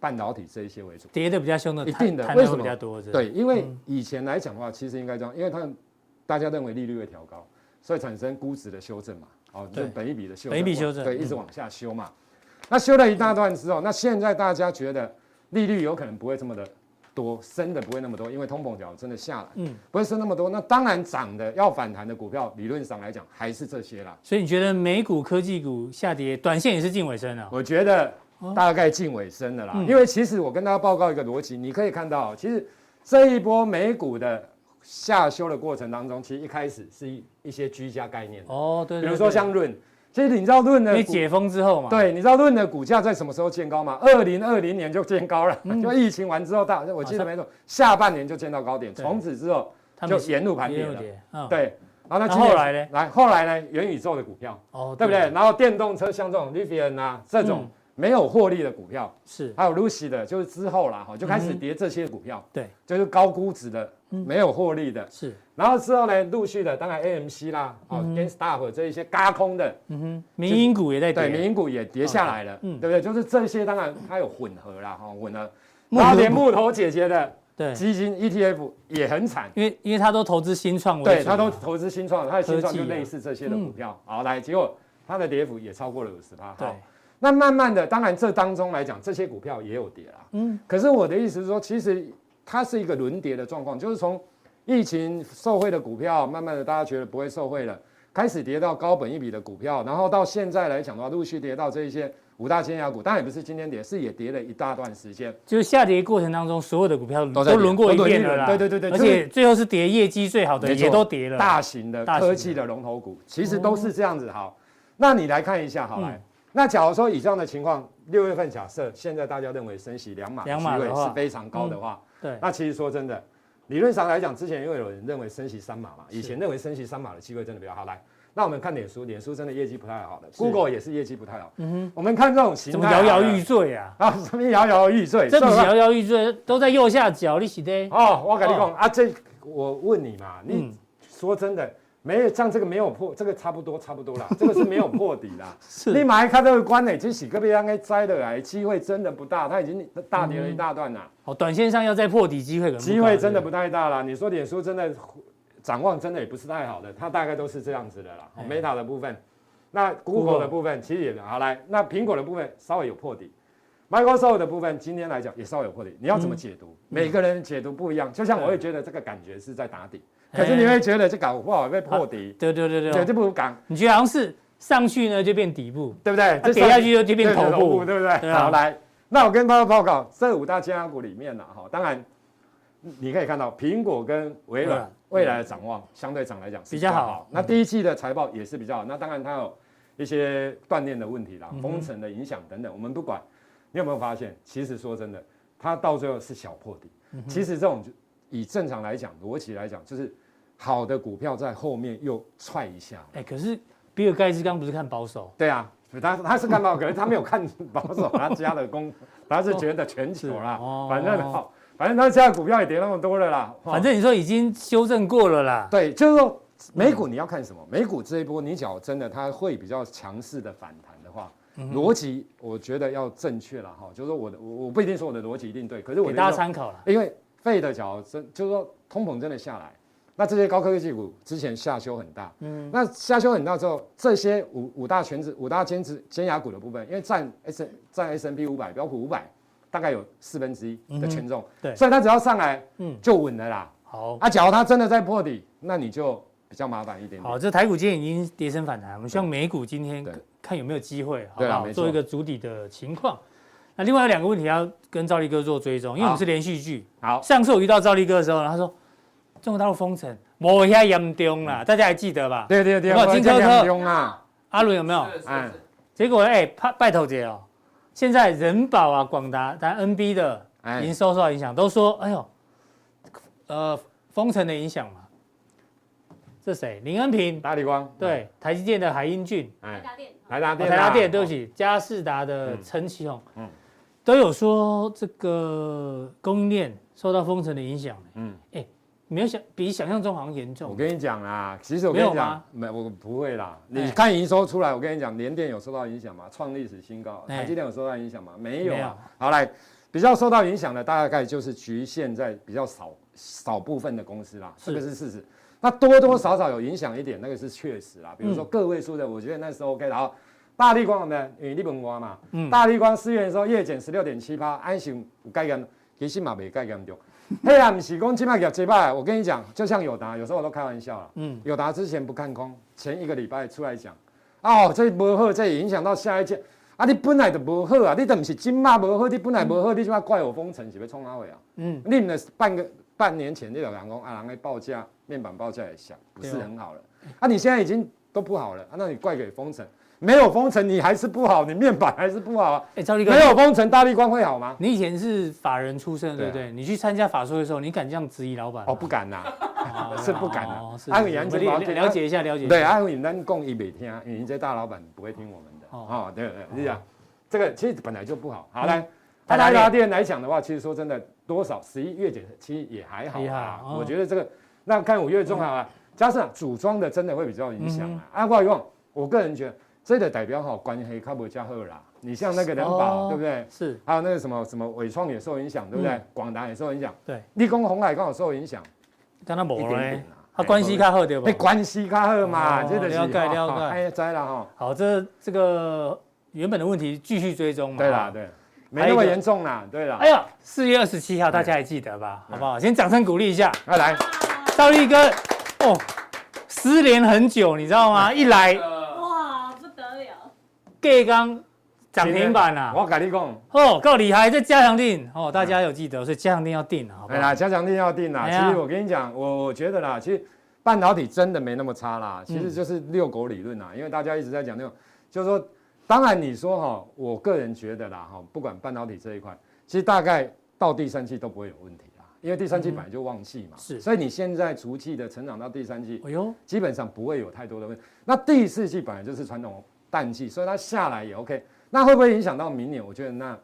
D: 半导体这一些为主。
B: 跌的比较凶的，
D: 一定的
B: 谈
D: 为
B: 谈
D: 什
B: 会
D: 么
B: 比较多？是，
D: 对，因为以前来讲的话，其实应该这样，因为他们大家认为利率会调高，所以产生估值的修正嘛，哦，就
B: 对
D: 本一比的修正，
B: 本益比修正
D: 对，
B: 嗯
D: 一直往下修嘛。那修了一大段之后，那现在大家觉得利率有可能不会这么的多，升的不会那么多，因为通膨条真的下来，
B: 嗯，
D: 不会升那么多。那当然涨的要反弹的股票，理论上来讲还是这些啦。
B: 所以你觉得美股科技股下跌，短线也是近尾声啊了？
D: 我觉得大概近尾声了啦，
B: 嗯
D: 因为其实我跟大家报告一个逻辑，你可以看到，其实这一波美股的下修的过程当中，其实一开始是一一些居家概念的，
B: 哦，对，
D: 比
B: 对
D: 如说
B: 对
D: 像润，其实你知道润
B: 因
D: 的
B: 为
D: 股
B: 解嗯封之后嘛，，
D: 对，你知道润的股价在什么时候见高吗？二零二零年就见高了， 就疫情完之后大，我记得没错，下半年就见到高点，
B: 对
D: 从此之后
B: 他
D: 就
B: 们
D: 沿路盘
B: 也
D: 跌
B: 有
D: 了。
B: 跌，嗯，
D: 对，然后那
B: 那
D: 今年
B: 后来呢？
D: 来后来呢？元宇宙的股票。
B: 哦，
D: 对不对？？然后电动车像这种 Rivian 啊这种
B: 嗯
D: 没有获利的股票，
B: 是，
D: 还有 Lucy 的，就是之后啦哈，就
B: 嗯
D: 开始跌这些股票，
B: 对，
D: 就是高估值的、
B: 嗯
D: 没有获利的。
B: 是，
D: 然后之后呢，陆续的当然 AMC 啦，哦 GameStop 这一些嘎空的，
B: 嗯哼，民营股也在
D: 对，
B: 跌，
D: 民营股也跌下来了，
B: 嗯
D: 对不对？就是这些当然它有混合啦哈，混合，
B: 木
D: 然后
B: 头
D: 连
B: 股
D: 木头姐姐的
B: 对，
D: 基金 ETF 也很惨。
B: 因为因为他都投资新创为主嘛，
D: 对，他都投资新创，他的新创
B: 科
D: 就
B: 技啊
D: 类似这些的股票。好，来，结果它的跌幅也超过了五十趴。
B: 对
D: 好，那慢慢的，当然这当中来讲，这些股票也有跌啦。
B: 嗯
D: 嗯，可是我的意思是说，其实它是一个轮跌的状况，就是从疫情受惠的股票，慢慢的大家觉得不会受惠了，开始跌到高本一比的股票，然后到现在来讲的话，陆续跌到这一些五大尖牙股，当然也不是今天跌，是也跌了一大段时间。
B: 就是下跌过程当中，所有的股票
D: 都在跌
B: 轮过一遍了啦。
D: 都轮一轮对对对对
B: 而且最后是跌业绩最好的
D: 没错
B: 也都跌了。
D: 大型的
B: 啊大型的
D: 科技的龙头股，其实都是这样子。好，那你来看一下，好来。
B: 嗯
D: 那假如说以这样的情况，六月份假设现在大家认为升息两码的
B: 两
D: 机
B: 码的
D: 会
B: 话嗯
D: 是非常高的话，
B: 对，
D: 那其实说真的，理论上来讲，之前因为有人认为升息三码嘛，以前认为升息三码的机会真的比较好。来，那我们看脸书，脸书真的业绩不太好的，Google 也是业绩不太好。我们看这种
B: 嗯
D: 形
B: 怎
D: 态
B: 么
D: 好
B: 摇
D: 了，
B: 摇欲坠啊？
D: 啊，什么摇摇欲坠，
B: 这不
D: 是
B: 是
D: 吧
B: 摇摇欲坠，都在右下角，你是的。
D: 哦，我跟你
B: 哦
D: 讲啊，这我问你嘛，
B: 嗯
D: 你说真的，没有像这个没有破，这个差不多差不多啦， 这个是没有破底啦。立
B: 是，
D: 马一看这个关呢，其实个别应该摘的来，机会真的不大，它已经大跌了一大段啦，
B: 哦，短线上要再破底机会可能
D: 机会真的
B: 不
D: 不太大啦。你说脸书真的展望真的也不是太好的，它大概都是这样子的啦。
B: 哎
D: Meta 的部分，那
B: Google
D: Google 的部分其实也好来，那苹果的部分稍微有破底。Microsoft 的部分，今天来讲也稍微有破底。你要怎么解读？
B: 嗯
D: 每个人解读不一样。就像我会觉得这个感觉是在打底，
B: 哎
D: 可是你会觉得这搞不好被破底，
B: 对对对
D: 对，
B: 对
D: 就
B: 对，
D: 不如讲，
B: 你觉得好像是上去呢就变底部，
D: 对不对？
B: 啊
D: 这
B: 跌下去就就变头部。
D: 对不对？
B: 对啊
D: 好，来，那我跟大家报告，这五大家股里面呢，哈，当然你可以看到苹果跟微
B: 微
D: 软
B: 软
D: 未来的展望相对上来讲是
B: 比较好嗯
D: 那第一季的财报也是比较好，那当然它有一些锻炼的问题
B: 嗯
D: 啦，封城的影响等等，我们不管。你有没有发现，其实说真的，它到最后是小破底。
B: 嗯
D: 其实这种就以正常来讲，逻辑来讲，就是好的股票在后面又踹一下。
B: 哎，可是比尔盖茨刚不是看保守，
D: 对啊，他他是看报，可是他没有看保守，他加了工，他是觉得全球啦
B: 是哦，
D: 反正好，反正他现在股票也跌那么多了啦，哦
B: 反正你说已经修正过了啦，
D: 对，就是说美股你要看什么？美股这一波，你假如真的它会比较强势的反弹的话，逻辑我觉得要正确了哈，就是说我的我我不一定说我的逻辑一定对，可是我
B: 给
D: 的
B: 大
D: 意
B: 家
D: 思说
B: 参考啦。
D: 因为费的角真就是说通膨真的下来，那这些高科技股之前下修很大，嗯，那下修很大之后，这些五五大全指五大尖指尖牙股的部分，因为占 S 占 S M P 五百标普五百大概有四分之一的权重，
B: 嗯对
D: 所以它只要上来，
B: 嗯
D: 嗯，就稳了啦。
B: 好，
D: 啊，假如它真的在破底，那你就比较麻烦一点点。
B: 好，这台股今天已经跌升反弹，我们希望美股今天
D: 对
B: 看有没有机会，好不
D: 对啊
B: 好？
D: 没错
B: 做一个主底的情况。那另外有两个问题要跟赵力哥做追踪，因为我
D: 好
B: 们是连续剧。
D: 好，
B: 上次我遇到赵力哥的时候，他说中国大陆封城，某一下严重啦，大家还记得吧？
D: 嗯对对对，
B: 有没有
D: 我
B: 金科科
D: 两用啊，
B: 阿伦有没有？
C: 是是
D: 哎
C: 是
B: 结果哎，拜拜头姐哦，现在人保啊、广达、咱 NB 的营
D: 哎，
B: 收受到影响，都说哎呦，呃，封城的影响嘛。这谁？林恩平
D: 大力光，
B: 对，台积电的海英俊，
D: 哎，
E: 家电
D: 嗯台达
B: 哦
D: 电啊，
B: 台达电，对不起，嘉士达的陈其宏，
D: 嗯
B: 都有说这个供应链受到封城的影响，哎
D: 嗯，
B: 没有想比想象中好像严
D: 我
B: 重。
D: 跟你讲啦，其实我跟你
B: 没有吗
D: 讲，没，我不会啦。
B: 哎
D: 你看营收出来，我跟你讲，联电有受到影响吗？创历史新高，
B: 哎
D: 台积电有受到影响吗？没有
B: 没
D: 啊
B: 有。
D: 好，来，比较受到影响的大概就是局限在比较少少部分的公司啦，
B: 是
D: 这个是事实。那多多少少有影响一点，那个是确实啦。比如说
B: 嗯
D: 个位数的，我觉得那是 OK 的。好，大力光呢，因为日本光嘛，
B: 嗯
D: 大力光四月的时候月减十六点七趴，安行有改严，其实嘛没 改严重。嘿啊，不是讲今麦业绩歹，我跟你讲，就像友达，有时候我都开玩笑啦。
B: 嗯，
D: 友达之前不看空，前一个礼拜出来讲，哦，这不好，这也影响到下一届。啊，你本来就不好啊，你都不是今嘛不好，你本来不好，你就要怪我封城是要冲哪位啊？
B: 嗯，
D: 你们半个半年前就有人工啊，人家报价面板报价也下不是很好了，啊，你现在已经都不好了，啊、那你怪给封城？没有封城你还是不好，你面板还是不好啊？
B: 哎，赵立哥，
D: 没有封城，大力光会好吗？
B: 你以前是法人出身的，对
D: 对啊
B: 不对？你去参加法说的时候，你敢这样质疑老板吗？
D: 哦，不敢啦，
B: 哦，
D: 是不敢啊
B: 哦是
D: 啊
B: 是
D: 杨
B: 我
D: 金宝
B: 了了解一下，了解一下。
D: 对，啊，你咱讲伊袂听，因为这大老板不会听我们的。
B: 哦嗯
D: 哦，对对，是这样。这个其实本来就不好。好来，
B: 台
D: 台
B: 达
D: 达
B: 电
D: 电来讲的话，其实说真的，多少十一月减其实也还好
B: 也还
D: 啊
B: 好。嗯哦
D: 我觉得这个，那看五月中好啊，加上组装的真的会比较影响啊。
B: 嗯
D: 啊，我用我个人觉得，这个代表好关黑卡不加贺啦。你像那个人
B: 哦
D: 保，对不对？
B: 是
D: 还有那个什么什么伟创也受影响，对不对
B: 嗯？
D: 广达也受影响，
B: 对，
D: 立功红海刚好受影响，
B: 跟他
D: 一
B: 某
D: 点点
B: 嘞，
D: 啦。
B: 他关系较好对吧
D: 哎，？关系较好嘛，
B: 哦
D: 这就是
B: 了解了解
D: 哎，知啦吼，
B: 好，这这个原本的问题继续追踪嘛。
D: 对
B: 哦
D: 啦，对，没那么严重啦，对啦。
B: 哎呀，四月二十七号，大家还记得吧？
D: 嗯
B: 好不好？先掌声鼓励一下
D: 啊来，
B: 赵力哥。哦，失联很久，你知道吗？一来
C: 呃
E: 啊哇，不得了！
B: g 刚涨停板啊，
D: 我跟你讲，
B: 哦，够厉害！这加强定哦，大家有记得，所以加强定要定啊，好不
D: 哎
B: 好？
D: 啦，加强定要定啦。
B: 哎
D: 其
B: 呀
D: 实我跟你讲，我我觉得啦，其实半导体真的没那么差
B: 嗯
D: 啦，其实就是遛狗理论啦，啊因为大家一直在讲那种，就是说，当然你说哈，我个人觉得啦哈，不管半导体这一块，其实大概到第三季都不会有问题啦，因为第三季本来就旺季嘛，
B: 嗯是
D: 所以你现在逐季的成长到第三季，
B: 哎呦，
D: 基本上不会有太多的问题。那第四季本来就是传统淡季，所以它下来也 OK。那会不会影响到明年？我觉得那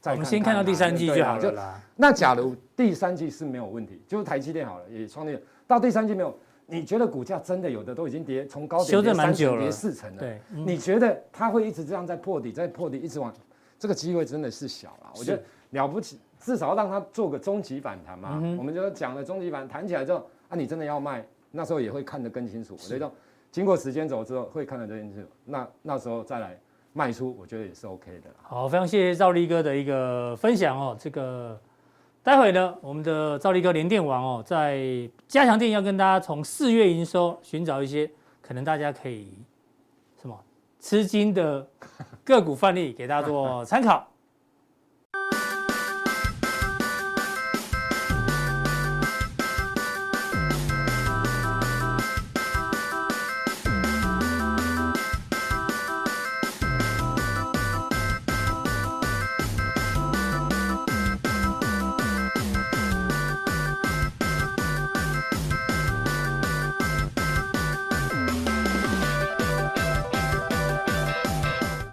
D: 再
B: 我们先看到
D: 啦
B: 第三季就好了
D: 对啊
B: 啦。
D: 那假如第三季是没有问题，就是台积电好了，也创立了到第三季没有，你觉得股价真的有的都已经跌，从高点
B: 修正
D: 跌
B: 蛮
D: 三成
B: 久了
D: 跌四成了。
B: 对，嗯
D: 你觉得它会一直这样在破底，在破底一直往，这个机会真的是小了。我觉得了不起，至少让它做个终极反弹嘛。
B: 嗯哼
D: 我们就讲了终极反弹，弹起来之后啊，你真的要卖，那时候也会看得更清楚。我觉得经过时间走之后会看得更清楚，那那时候再来卖出，我觉得也是 OK 的啦。
B: 好，非常谢谢赵力哥的一个分享哦。这个待会呢，我们的赵力哥连电王哦，在加强店要跟大家从四月营收寻找一些可能大家可以什么吃惊的个股范例，给大家做参考。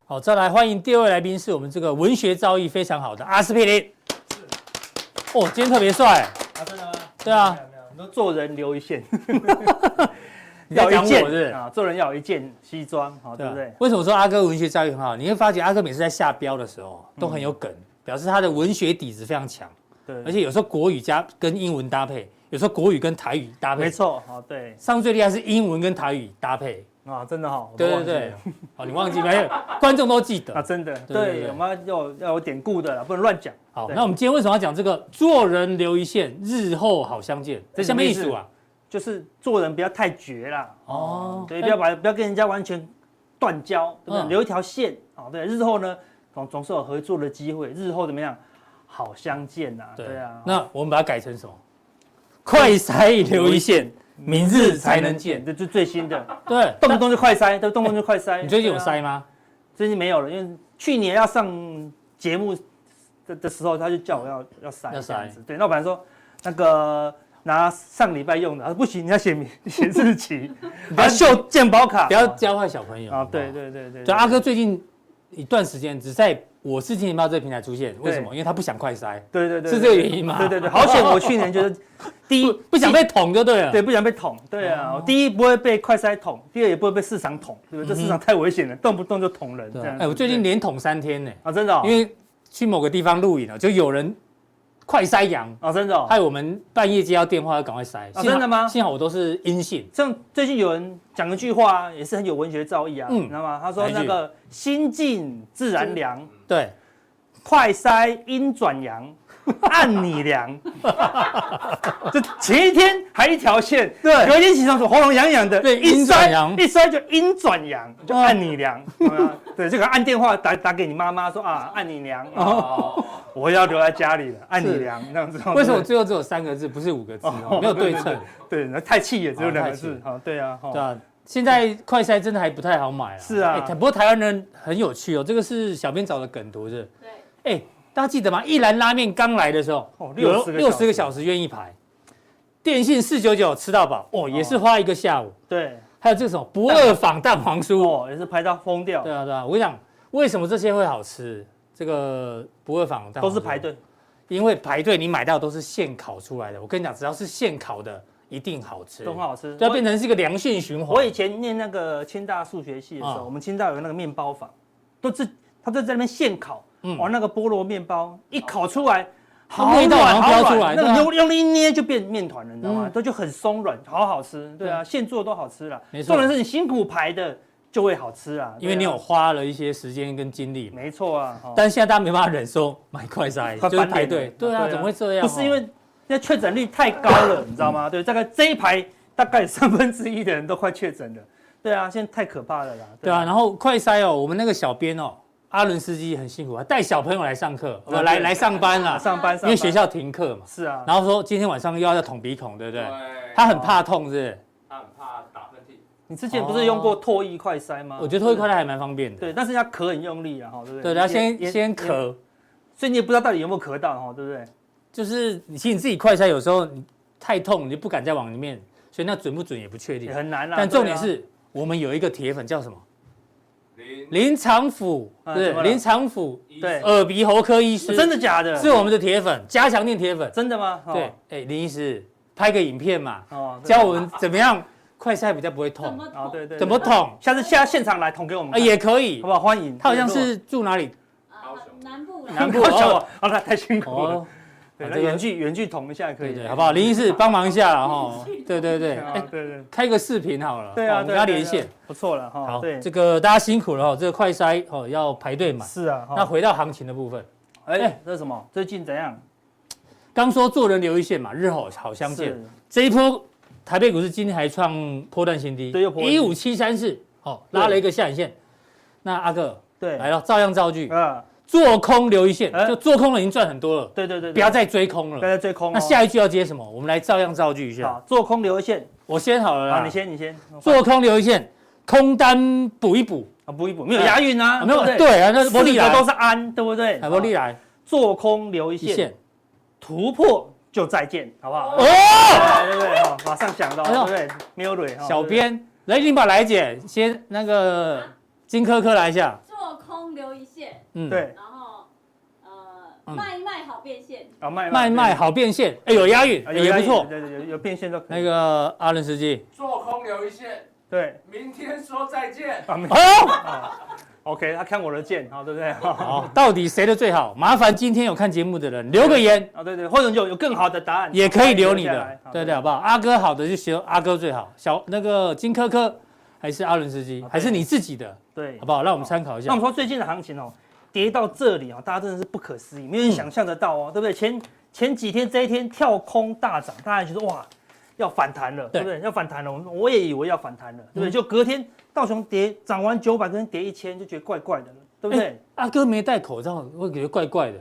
B: 好，再来欢迎第二位来宾是我们这个文学造诣非常好的阿司匹林。哦，今天特别帅，
F: 啊，真的吗？
B: 对啊，
F: 你说做人留一线，
B: 你在讲我是
F: 件
B: 不是？
F: 啊，做人要有一件西装，好对
B: 啊
F: 不对？
B: 为什么说阿哥文学造诣很好？你会发觉阿哥每次在下标的时候
F: 嗯
B: 都很有梗，表示他的文学底子非常强，
F: 对，
B: 而且有时候国语加跟英文搭配，有时候国语跟台语搭配。
F: 没，错，好对
B: 上次最厉害是英文跟台语搭配。
F: 啊，真的哈，我都
B: 对对
F: 忘记
B: 对
F: 了，
B: 哦，你忘记没有？观众都记
F: 啊，
B: 得。
F: 真的，
B: 对对对
F: 对，我们要要有典故的啦，不能乱讲。
B: 好，
F: 对
B: 那我们今天为什么要讲这个“做人留一线，日后好相见”？这
F: 这
B: 下
F: 什么
B: 面一
F: 意思
B: 组啊，
F: 就是做人不要太绝啦，
B: 哦
F: 对，不要把不要跟人家完全断交，对不对？
B: 嗯
F: 留一条线，啊，对，日后呢，总总是有合作的机会，日后怎么样好相见呐、
B: 对
F: 对啊，
B: 那我们把它改成什么？快筛留一线，明日才能见。
F: 这是最新的，
B: 对，
F: 动不动就快塞，都动不动就快塞。
B: 你最近有
F: 啊对啊
B: 筛吗？
F: 最近没有了，因为去年要上节目的的时候，他就叫我要要塞
B: 要
F: 这
B: 塞
F: 样子。对，那我本来说那个拿上礼拜用的，啊他说不行，你要写明写 日期，你要秀健保卡，
B: 不要教坏小朋友
F: 啊！
B: 好不好
F: 对对对对，
B: 对，阿哥最近一段时间只在我是金钱豹这个平台出现，为什么？因为他不想快筛，
F: 对对对，
B: 是这个原因吗
F: 对对对，好险！我去年就是第一
B: 不想被哦捅就对了。
F: 对，不想被捅。对啊，我第一不会被快筛捅，第二也不会被市场捅，对不对？这市场太危险了，动不动就捅人。
B: 嗯对
F: 这样
B: 啊，
F: 子。
B: 哎，我最近
F: 对
B: 连捅三天呢，
F: 啊，真的哦，
B: 因为去某个地方录影了，就有人快筛阳，
F: 啊，真的哦，
B: 害我们半夜接到电话要赶快筛。
F: 啊
B: 幸好
F: 真的吗
B: 幸好我都是阴性，
F: 像最近有人讲一句话、啊，也是很有文学造诣啊，
B: 嗯
F: 你知道吗？他说
B: 哪一
F: 那
B: 句
F: 个心静自然凉，
B: 对，
F: 快筛阴 转阳，按你凉。 就前一天还一条线，
B: 对
F: 隔天起床说喉咙痒痒的，
B: 对
F: 一
B: 阴转
F: 摔
B: 阳哦
F: 一摔就阴转阳，就按 你凉。有没有对，这个按电话打打给你妈妈说啊，按你凉，哦，我要留在家里了，按你
B: 是
F: 凉，那样子。
B: 为什么最后只有三个字，不是五个字哦？没有对称，
F: 对？对，那太气也只有
B: 哦
F: 两
B: 太
F: 个
B: 气
F: 字，好，对啊，哦
B: 对啊。现在快筛真的还不太好买啊。
F: 是啊
B: 哎不过台湾人很有趣哦，这个是小编找的梗图是。
E: 对，
B: 哎、大家记得吗？一兰拉面刚来的时候，
F: 哦
B: 有
F: 60个
B: 六
F: 小时
B: 十个小时愿意排，电信四九九吃到饱，哦，也是花一个下午。
F: 对。
B: 还有这个什么不二坊蛋黄酥，
F: 哦，也是拍到疯掉
B: 对，啊对啊，我跟你讲，为什么这些会好吃？这个不二坊蛋黄
F: 都
B: 酥
F: 是排，队。
B: 因为排队你买到都是现烤出来的。我跟你讲，只要是现烤的，一定好吃，
F: 都很好吃
B: 对啊，变成是一个良性循环。
F: 我以前念那个清大数学系的时候，
B: 嗯
F: 我们清大有那个面包坊，都是他都在那边现烤，
B: 嗯
F: 哦，那个菠萝面包一烤出来，
B: 那
F: 好
B: 味道
F: 软
B: 好像
F: 好
B: 飘出来
F: 软，那
B: 对啊
F: 个用用力一捏就变面团了，你知道吗
B: 嗯？
F: 它就很松软，好好吃。对啊，现做都好吃了
B: 没，错
F: 重点是你辛苦排的就会好吃啊，
B: 因为
F: 对啊
B: 你有，花了一些时间跟精力嘛，
F: 没错啊，哦
B: 但现在大家没办法忍受买快筛，
F: 快
B: 就是
F: 翻脸
B: 排
F: 了
B: 队。对啊，怎么会这样？哦
F: 不是因为那确诊率太高了，你知道吗？对，大概这一排大概有三分之一的人都快确诊了。对啊，现在太可怕了啦。
B: 对啊，，然后快筛哦，我们那个小编哦，阿伦司机很辛苦啊，带小朋友来上课，
F: 啊对
B: 呃来来上班啦，
F: 上班上
B: 因
F: 班
B: 为学校停课嘛。
F: 是啊，
B: 然后说今天晚上又要要捅鼻孔，对不对？
C: 对，
B: 他很怕痛，是不是？
C: 他很怕打喷嚏，
F: 你之前不是用过唾液快塞吗？
B: 哦我觉得脱衣快乐还蛮方便的。
F: 啊对，但是要咳很用力啊，哈，对不对？
B: 对，然后
F: 也
B: 先
F: 也
B: 先
F: 也
B: 咳，
F: 所以你也不知道到底有没有咳到，哈，对不对？
B: 就是你其实你自己快筛有时候你太痛，你就不敢再往里面，所以那准不准也不确定
F: 也。很难啊。
B: 但重
F: 对
B: 点
F: 啊，
B: 是我们有一个铁粉叫什么？
C: 林
B: 林长甫，
F: 啊
B: 对
F: 怎
B: 不对，
F: 么了
B: 林长甫
C: 医
F: 对哦
B: 耳鼻喉科医师，
F: 真的假的？
B: 是我们的铁粉，加强练铁粉。
F: 真的吗？哦
B: 对，，哎，林医师拍个影片嘛，
F: 哦，对
B: 教我们怎么样快塞比较不会
E: 怎
B: 痛
E: 么，
F: 啊，对对，
B: 怎么
F: 对？
B: 捅
F: 下次下现场来捅给我们
B: 啊
F: 看，
B: 也可以
F: 好。不好？欢迎。
B: 他好像是住哪里？
E: 啊南部啦
B: 南部
F: 好小啊，啊，那太辛苦了
B: 哦。，
F: 对，
B: 啊
F: 那
B: 这个
F: 远距远距捅一下可
B: 对
F: 以，
B: 对，好不好？林医师帮忙一下 啦哈
E: 远距。
B: 对对对，
F: 啊
B: 哎，
F: 对对
B: 开个视频好了，
F: 对
B: 哦
F: 啊，
B: 我们
F: 对
B: 跟他
F: 对
B: 连
F: 对
B: 线。
F: 不错了哈。
B: 好，
F: 对
B: 这，个大家辛苦了哈，这个快塞哦要排队买。
F: 是啊，
B: 那
F: 哈。
B: 回到行情的部分，哎
F: 哎，这是什么？最近怎样？
B: 刚说做人留一线嘛，日后好相见。
F: 是
B: 这一波台北股市今天还创波段新低，
F: 对又破了
B: 一五七三四，哦，拉了一个下影线。那阿哥
F: 对，
B: 来了，照样造句，
F: 啊，
B: 做空留一线，
F: 哎
B: 就做空了已经赚很多了，
F: 对对对，
B: 不要再追空
F: 不要
B: 了。
F: 再追空哦。
B: 那下一句要接什么？我们来照样造句一下
F: 好。做空留一线，
B: 我先好了
F: 好，
B: 啦，
F: 你先你先
B: 做空留一线，空单补一补，
F: 啊，不一不没有押韵啊，
B: 啊没有
F: 对不对，
B: 对啊，那波
F: 四
B: 利
F: 个
B: 来
F: 都，是安，对不对？
B: 啊波利来
F: 做空留一
B: 一
F: 线
B: 线，，
F: 突破就再见，好不好？
B: 哦，
F: 哎对不对？哦马上想到，
B: 哎呦
F: 对不对？没有蕊，哦
B: 小，编来，你把来姐先那个金科科来一下，
E: 做空留一线，
B: 嗯，
F: 对不对，对
E: 然后呃
B: 嗯
E: 卖卖好变现，
F: 啊卖
B: 卖卖好变现，哎，有押韵，
F: 啊
B: 也
F: 押
B: 不
F: 韵
B: 错。
F: 对对有有变现都可
B: 那
F: 以，
B: 个阿伦司机，
C: 做空留一线，
F: 对
C: 明天说再见。
F: 啊没
B: 哦，
F: ，OK，他看我 的剑，哦好对不对？ 好
B: 好，到底谁的最好？麻烦今天有看节目的人留个言，
F: 啊对对，或者有有更好的答案哦
B: 也可以留你
F: 下来
B: 的，
F: 好
B: 对对，好不好？阿哥好的就写阿哥最好，小那个金科科还是阿伦司机
F: 啊，对
B: 还是你自己的，
F: 对
B: 好。不好？让我们参考一
F: 那
B: 下
F: 我们。说最近的行情哦，跌到这里哦，大家真的是不可思议，没有
B: 嗯
F: 人想象得到哦，对不对？前前几天这一天跳空大涨，大家觉得哇，要反弹了，
B: 对嗯
F: 对不对？要反弹了，我们我也以为要反弹了，对不对？就隔天道琼跌涨完九百，跟跌一千，就觉得怪怪的了。对不对？
B: 阿哥没戴口罩，我觉得怪怪的。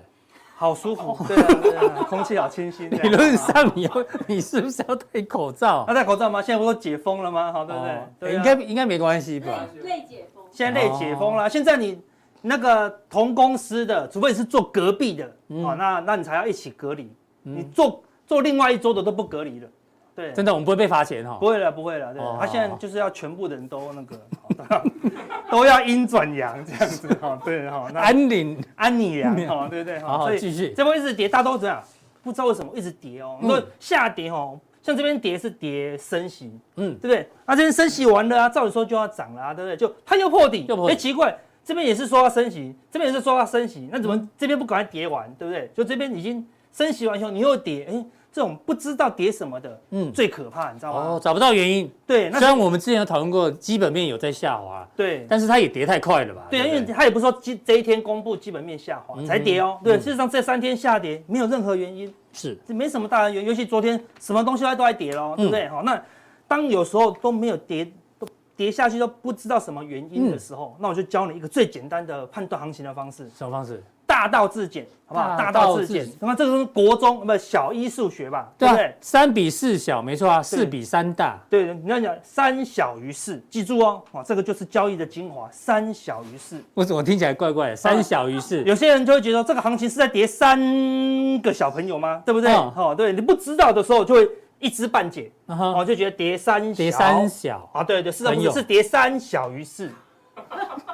F: 好舒服，对啊，对啊，空气好 清新。这样
B: 哦理论，上你要，你是不是要戴口罩
F: 那？戴口罩吗？现在不都解封了吗？好，啊对不对
B: 哦？
F: 对啊
B: 应该应该没关系吧？
E: 类类解封，
F: 现在类解封
B: 哦
F: 了，现在你那个同公司的，除非你是坐隔壁的，
B: 嗯
F: 哦，那那你才要一起隔离。你坐坐另外一桌的都不隔离了，对，
B: 真的，我们不会被罚钱哦哈
F: 不。会了，不会了，对
B: 哦，
F: 他现在就是要全部人都那个，哦 都要阴转阳这样子哈，哦对哈，哦 那
B: 安岭，
F: 安你呀，哦，对不对？
B: 好
F: 哦
B: 好
F: 所以
B: 继续。嗯
F: 这波一直跌，大家都这样，不知道为什么一直跌哦。那、下跌哦，像这边跌是跌升息，
B: 嗯
F: 嗯，对不对？那、这边升息完了啊，照理说就要涨了啊，对不对？就它又破底，
B: 又破底
F: 哎奇怪，这边也是说要升息，这边也是说要升息，那怎么这边不赶快跌完，对不对？就这边已经升息完以后，你又跌，哎，这种不知道跌什么的，
B: 嗯
F: 嗯，最可怕，你知道吗？
B: 哦，找不到原因。
F: 对，那
B: 虽然我们之前有讨论过，基本面有在下滑，
F: 对。
B: 但是它也跌太快了吧？
F: 对，因
B: 不
F: 为它也不是说今这一天公布基本面下
B: 嗯
F: 滑才跌哦，对，事实上这三天下跌没有任何原因，
B: 是
F: 这没什么大的原因，尤其昨天什么东西都在跌喽，
B: 嗯
F: 对不对？好、那当有时候都没有跌，都跌下去都不知道什么原因的时候，
B: 嗯
F: 那我就教你一个最简单的判断行情的方式，
B: 什么方式？
F: 大道至简，好不好？
B: 大
F: 大
B: 道
F: 道至
B: 至
F: 简
B: 简，
F: 那么这个是国中，不小一数学吧，对
B: 对
F: 不
B: 啊
F: 对？，
B: 三比四小，没错啊，四
F: 对
B: 比三大。
F: 对，你要讲三小于四，记住哦，哦，这个就是交易的精华，三小于四。
B: 为什么听起来怪怪的？三小于四，
F: 啊有些人就会觉得这个行情是在叠三个小朋友吗？对不对？
B: 嗯
F: 哦，对你不知道的时候就会一知半解，
B: 嗯哼
F: 哦，就觉得叠三
B: 跌
F: 小
B: 三小，
F: 啊，对对，是的，
B: 朋
F: 不
B: 友
F: 是是叠三小于四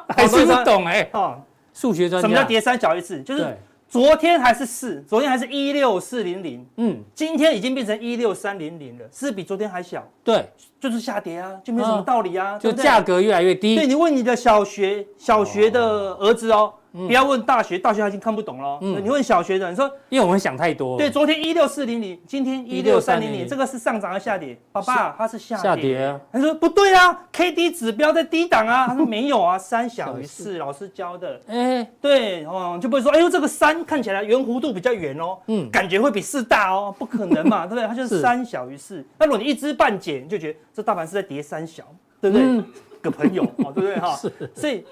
B: 还是不懂哎。
F: 哦。
B: 数学专家，
F: 什么叫叠三小于四？就是
B: 对，
F: 昨天还是四，昨天还是一六四零零，
B: 嗯，
F: 今天已经变成一六三零零了，是比昨天还小，
B: 对，
F: 就是下跌啊，就没有什么道理啊，
B: 哦就
F: 对不对
B: 价。格越来越
F: 对
B: 低，
F: 你问你的小学小学的儿子哦，不要问大学，大学他已经看不懂了。哦
B: 嗯哦
F: 对你问小学的，你说
B: 因为我们想太多。
F: 对，，昨天一六四零零，今天一六三零零，这个是上涨还是下跌？爸爸，它是下跌。
B: 下跌啊
F: 他说不对啊，K D 指标在低档 啊。他说没有啊，三小于四，老师教的。
B: 哎，
F: 对哦，就不会说，哎呦，这个三看起来圆弧度比较圆哦，
B: 嗯
F: 嗯，感觉会比四大哦，不可 能嘛，对不对？它就是是三小于四。那如果你一知半解，你就觉得这大盘是在叠三小，对不对？
B: 嗯
F: 个朋友，哦，对 不对哈？所以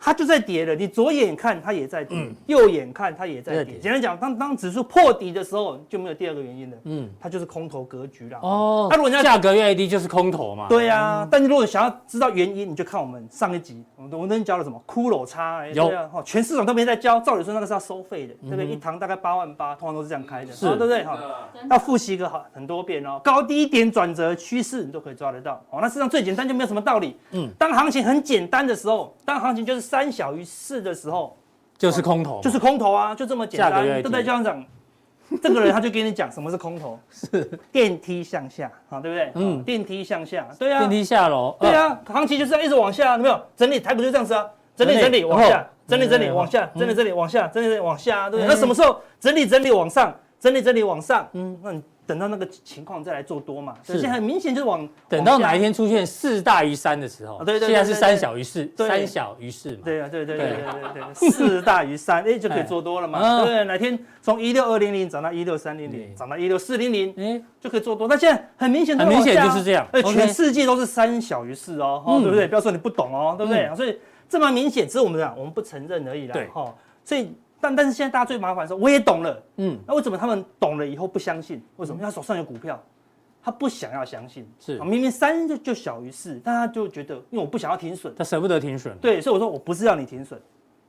F: 它就在跌了。你左眼看它也在跌，右眼看它也
B: 嗯也在
F: 在跌。
B: 跌
F: 简单讲，当当指数破底的时候，就没有第二个原因了，
B: 嗯，
F: 它就是空头格局啦。
B: 哦，
F: 那如果人家
B: 价格越来越低，就是空头嘛。
F: 对啊，但是如果想要知道原因，你就看我们上一集，我们我们那天教了什么骷髅叉，哎
B: 有嗯
F: 对啊，哦全市场都没在教，照理说那个是要收费的，对不对？一堂大概八万八，通常都是这样开的，
B: 是
F: 哦对不对？
C: 真
F: 哈，
C: 的
E: 真
F: 要
E: 的
F: 复习个好很多遍哦，高低点转折趋势你都可以抓得到，哦，那事实上最简单就没有什么道理，
B: 嗯
F: 嗯，当行情很简单的时候，当行情就是三小于四的时候，
B: 就是空头嘛，
F: 就是空头啊，就这么简
B: 价
F: 单，
B: 格越来越
F: 对不对？
B: 低
F: 就像讲，这个人他就跟你讲什么是空 头，是电梯向下，好，对不对？
B: 嗯
F: 嗯，电梯向下，对啊，
B: 电梯下楼。呃
F: 对啊，行情就是这样一直往下，有没有？整理台股就这样子啊，整理整
B: 整理
F: 理往
B: 哦
F: 下，整理整理
B: 嗯
F: 往下，整理整理往下，整理整理往下啊，对不
B: 嗯
F: 对？那什么时候整理整理往上，整理整理往上？嗯，那你等到那个情况再来做多嘛。对
B: 是
F: 现在很明显就是往
B: 等到哪一？
F: 往下
B: 天出现四大于三的时候，
F: 啊对对对
B: 现在是
F: 对对
B: 三小于四，
F: 对
B: 三小于四嘛。
F: 对啊，对对
B: 对
F: 对对对对，啊四大于三，哎，就可
B: 哎
F: 以做多了
B: 嗯
F: 嘛，对不对？哪天从一六二零零涨到一六三零
B: 对
F: 零，涨到一六四零零，
B: 哎，
F: 就可以做多。那现在很明显都
B: 很
F: 往下啊，
B: 明显就是这样
F: 而
B: OK
F: 全世界都是三小于四哦，哦
B: 嗯
F: 对不对？不要说你不懂哦，对不对？所以这么明显，只是我们讲我们不承认而已啦。
B: 对
F: 哦，所以但但是现在大家最麻烦的是，我也懂了，
B: 嗯，
F: 那为什么他们懂了以后不相信？为什么？因为他手上有股票，他不想要相信。
B: 是
F: 啊明明三就就小于四，但他就觉得，因为我不想要停损。
B: 他舍不得停损。
F: 对，所以我说我不是要你停损，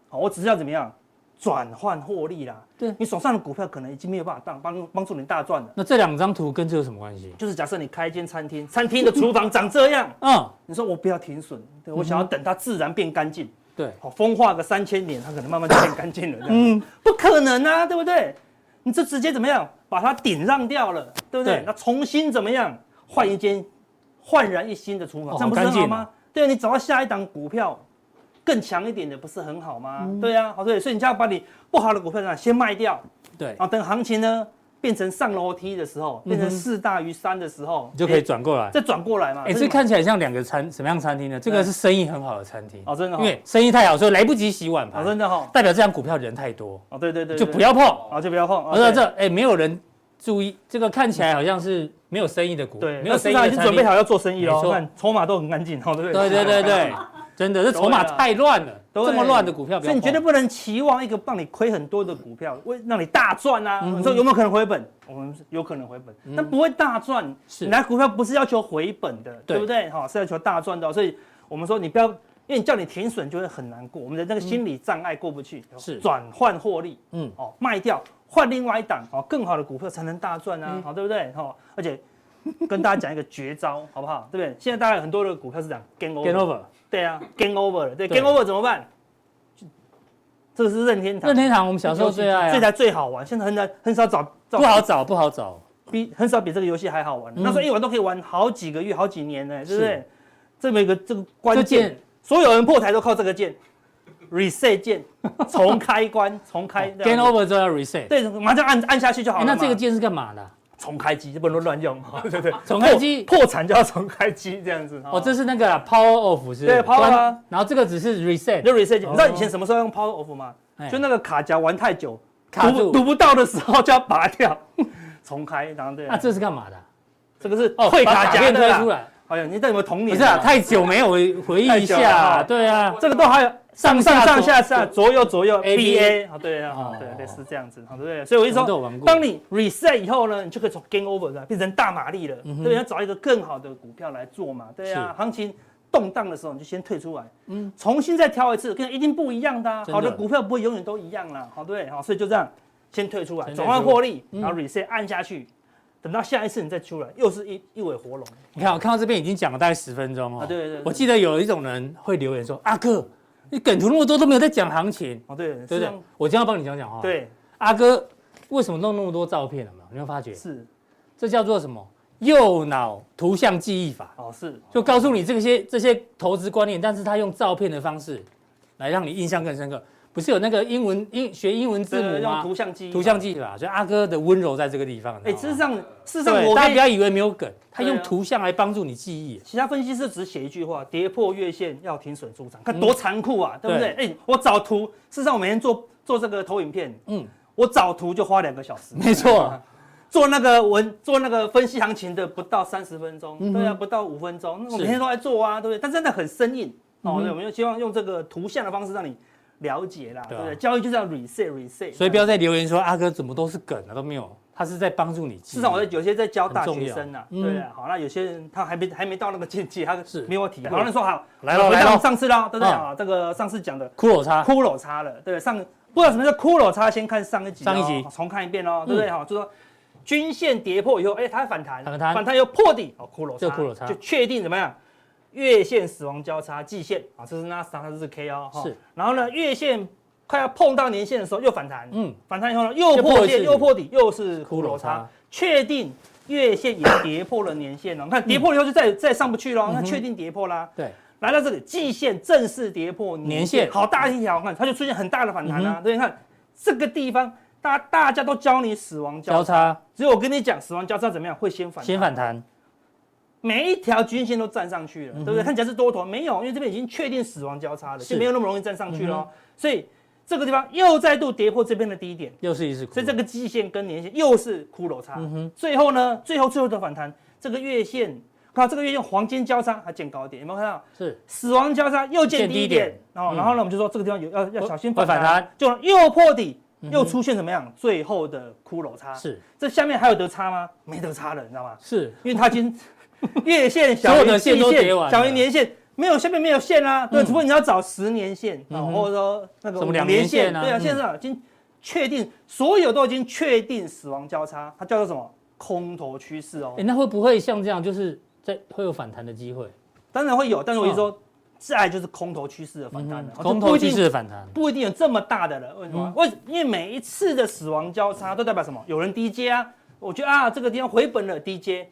F: 好，我只是要怎么样转换获利啦。
B: 对
F: 你手上的股票可能已经没有办法当帮帮助你大赚了。
B: 那这两张图跟这有什么关系？
F: 就是假设你开一间餐厅，餐厅的厨房长这样，
B: 嗯，
F: 你说我不要停损，对我想要等它自然变干净，
B: 对，
F: 好风化个三千年，它可能慢慢就变干净了。嗯， 不可能啊，对不对？你就直接怎么样把它顶让掉了，对不对
B: 对？
F: 那重新怎么样换一间焕然一新的厨
B: 哦
F: 房，这样不是很好
B: 好干
F: 吗？对，啊你找到下一档股票更强一点的，不是很好吗？
B: 嗯
F: 对啊，好对，所以你就要把你不好的股票呢先卖掉，
B: 对，
F: 啊，等行情呢变成上楼梯的时候，变成四大于三的时
B: 嗯
F: 候，
B: 你就可以
F: 哎
B: 转过来。
F: 再转过来嘛。
B: 哎，
F: 这
B: 这看起来像两个餐什么样餐厅呢？这个是生意很好的餐厅
F: 哦真的哦
B: 因为生意太好，所以来不及洗碗
F: 啊，
B: 盘，
F: 真的哈，
B: 代表这张股票人太多，
F: 哦，对对对，
B: 就
F: 对
B: 不要碰。
F: 啊，就不要碰。
B: 而且
F: 啊
B: 这哎，没有人注意，这个看起来好像是没有生意的股，
F: 对，对
B: 没有
F: 那
B: 生
F: 市
B: 意
F: 场
B: 的
F: 已经
B: 餐
F: 准备
B: 厅
F: 好。要做生意
B: 没
F: 喽，
B: 错
F: 看筹码都很干净，哦，对不对？
B: 对对对对，真的，这筹码
F: 对啊
B: 太乱了，
F: 对
B: 这么乱的股票不要碰，
F: 所以你绝对不能期望一个让你亏很多的股票，为让你大赚啊！
B: 嗯
F: 你说有没有可能回本？我们是有可能回本，但不会大赚。
B: 是
F: 你拿股票不是要求回本的，
B: 对
F: 对不对？哈，是要求大赚的哦。所以我们说你不要，因为你叫你停损就会很难过，我们的那个心理障碍过不去。
B: 嗯
F: 哦
B: 是
F: 转换获利，
B: 嗯
F: 嗯，哦，卖掉换另外一档哦更好的股票才能大赚
B: 嗯
F: 啊，好对不对？哈，而且。跟大家讲一个绝招，好不好？对不对？现在大概很多的股票是这样 game over，
B: get over。
F: 对啊，game over 了，对
B: 对
F: ，game over 怎么办？这个是任天堂，
B: 任天堂我们小时候最爱
F: 这
B: 啊，
F: 才最好玩。现在很难很少找，找
B: 不好找不好找，
F: 比很少比这个游戏还好玩。
B: 嗯
F: 那时候一玩都可以玩好几个月、好几年呢，对不对
B: 是？
F: 这么一个这个
B: 这
F: 关键
B: 键，
F: 所有人破台都靠这个键，reset 键，重开关，重开这
B: get
F: 样子
B: 哦 over 之后要 reset。
F: 对，马上按按下去就好
B: 哎
F: 了嘛。
B: 那这个键是干嘛的啊？
F: 重开机不能乱用，对对对，
B: 重开机
F: 破破产就要重开机这样子。
B: 哦，这是那个啊 power off 是不是？
F: 对，power 啊
B: 关然后这个只是 reset，
F: 就 reset 键。你知道
B: 哦
F: 以前什么时候用 power off 吗？
B: 哎
F: 就那个卡夹玩太久，
B: 卡
F: 读
B: 住
F: 不读不到的时候就要拔掉， 重开，然后对啊，
B: 那这是干嘛的啊？
F: 这个是
B: 哦，
F: 会
B: 把
F: 卡夹
B: 片
F: 的
B: 推
F: 啦
B: 出。来，
F: 哎呀，你到底有没有童
B: 不
F: 年？
B: 是啊，太久没有回回忆一
F: 太久了
B: 下啊，
F: 啊
B: 对啊，
F: 这个都还有上上上下下左右左右
B: A B
F: B A 啊，对
B: 哦
F: 啊，对，类似这样子，好对不对？所以我就
B: 我们都有
F: 说
B: 玩过，
F: 当你 reset 以后呢，你就可以从 game over 的变成大马力了，
B: 嗯
F: 对不对？要找一个更好的股票来做嘛，对啊，行情。动荡的时候你就先退出来，嗯，重新再挑一次，跟一定不一样的、啊。
B: 真的
F: 好的股票不会永远都一样啦，好对不对，好，所以就这样，先退出来，
B: 先退
F: 转
B: 出嗯
F: 换获利，然后 reset 按下去，等到下一次你再出来，又是一一尾活龙。
B: 你看，我看到这边已经讲了大概十分钟哦。
F: 啊对对对对
B: 我记得有一种人会留言说：“阿哥，你梗图那么多都没有在讲行情，
F: 哦，对，
B: 对
F: 是
B: 不
F: 这
B: 对
F: 样，？”
B: 我今天要帮你讲讲话。，
F: 对，
B: 阿哥为什么弄那么多照片？有没有？你有没有发觉？
F: 是，
B: 这叫做什么？右脑图像记忆法，
F: 哦，是，
B: 就告诉你这些这些投资观念，但是他用照片的方式来让你印象更深刻。不是有那个英文英学英文字
F: 对对
B: 母
F: 对用
B: 吗
F: 图？像记忆，
B: 图像记忆法，所以阿哥的温柔在这个地方。
F: 哎、
B: 你知道
F: 事实
B: 吗
F: 上，事实上
B: 对
F: 我
B: 大家
F: 跟
B: 不要以为没有梗，他
F: 对啊
B: 用图像来帮助你记 忆。
F: 其他分析师只写一句话：跌破月线要停损出场，看多残酷啊，对不
B: 嗯对
F: 对？哎、我找图，事实上我每天做做这个投影片，
B: 嗯
F: 嗯，我找图就花两个小时，
B: 没错。
F: 做那个文做那个分析行情的不到三十分钟，
B: 嗯哼
F: 对啊，不到五分钟，那
B: 是
F: 我每天都在做啊，对不对？但真的很生硬
B: 嗯
F: 哦，
B: 哼
F: 对我们就希望用这个图像的方式让你了解啦，
B: 对
F: 对
B: 啊
F: 不对？交易就是要 reset reset，
B: 所以不要再留言说阿哥怎么都是梗啊，都没有，他是在帮助你记忆。
F: 至少我在有些在教大
B: 很重
F: 学
B: 要
F: 生呐、啊，
B: 嗯
F: 对啊，好，那有些人他还没还没到那个境界，他
B: 是
F: 没有体验。
B: 对
F: 好，那说好，
B: 来咯
F: 回
B: 来
F: 到
B: 咯
F: 我们上次啦，对不对
B: 嗯
F: 啊？这个上次讲的
B: 骷髅叉，
F: 骷髅叉了，对，上不知道什么叫骷髅叉，先看上一集哦，
B: 上一集嗯
F: 重看一遍哦，对不对？好，就说均线跌破以后，哎，它反弹，
B: 反弹
F: 反弹又破底，哦，骷髅
B: 就
F: 叉，
B: 骷髅叉
F: 就确定怎么样？月线死亡交叉，季线啊，这是纳斯达克，这是 K 哦，哈
B: 是。
F: 然后呢，月线快要碰到年线的时候又反弹，
B: 嗯
F: 嗯，反弹以后呢又
B: 又破
F: 破
B: 一次
F: 线又破底，又是
B: 骷
F: 骷
B: 髅
F: 髅
B: 叉
F: 叉，确定月线也跌破了年线了。哦你看跌破以后就再再上不去
B: 嗯
F: 了，那确定跌破啦。
B: 对，
F: 来到这里，季线正式跌破
B: 年
F: 年
B: 线嗯
F: 线，好大一条，我看它就出现很大的反弹啊。对，你看这个地方，大大家都教你死亡交
B: 交
F: 叉，
B: 叉
F: 只有我跟你讲死亡交叉怎么样，会先反
B: 先反
F: 弹。
B: 弹，
F: 每一条均线都站上去了，对不对？看起来是多头，没有，因为这边已经确定死亡交叉了，
B: 嗯是嗯
F: 就没有那么容易站上去了哦。所以这个地方又再度跌破这边的低点，
B: 又是一次骷髅。
F: 所以这个季线跟年线又是骷髅叉。
B: 嗯
F: 最后呢，最后最后的反弹，这个月线，看到这个月线黄金交叉还见高点，有没有看到？
B: 是
F: 死亡交叉又见
B: 见低
F: 低
B: 点
F: 点，然后、
B: 嗯
F: 然后呢，我们就说这个地方有要要小心
B: 会
F: 反
B: 反
F: 弹，
B: 弹嗯
F: 就又破底，又出现怎么样？最后的骷髅叉，
B: 是
F: 这下面还有得差吗？没得差了，你知道吗？
B: 是，
F: 因为它 已经月线
B: 所
F: 小
B: 有
F: 于
B: 的
F: 季
B: 线都跌完了
F: 线，小于年线。没有，下面没有线啦、对，
B: 嗯
F: 除非你要找十年线，啊，
B: 嗯哼
F: 或者说那个
B: 什么
F: 五
B: 两年
F: 年
B: 线
F: 线，
B: 啊
F: 对啊，
B: 嗯
F: 现在已经确定，所有都已经确定死亡交叉，它叫做什么空头趋势哦。
B: 哎，那会不会像这样，就是在会有反弹的机会？
F: 当然会有，但是我一说，再来就是空头趋势的反弹了，
B: 哦
F: 哦
B: 嗯空
F: 就不
B: 头
F: 一定
B: 趋势的反弹，
F: 不一定有这么大的了。为什
B: 嗯
F: 么？为、因为每一次的死亡交叉都代表什么？有人低接啊，我觉得啊，这个地方回本了，低接，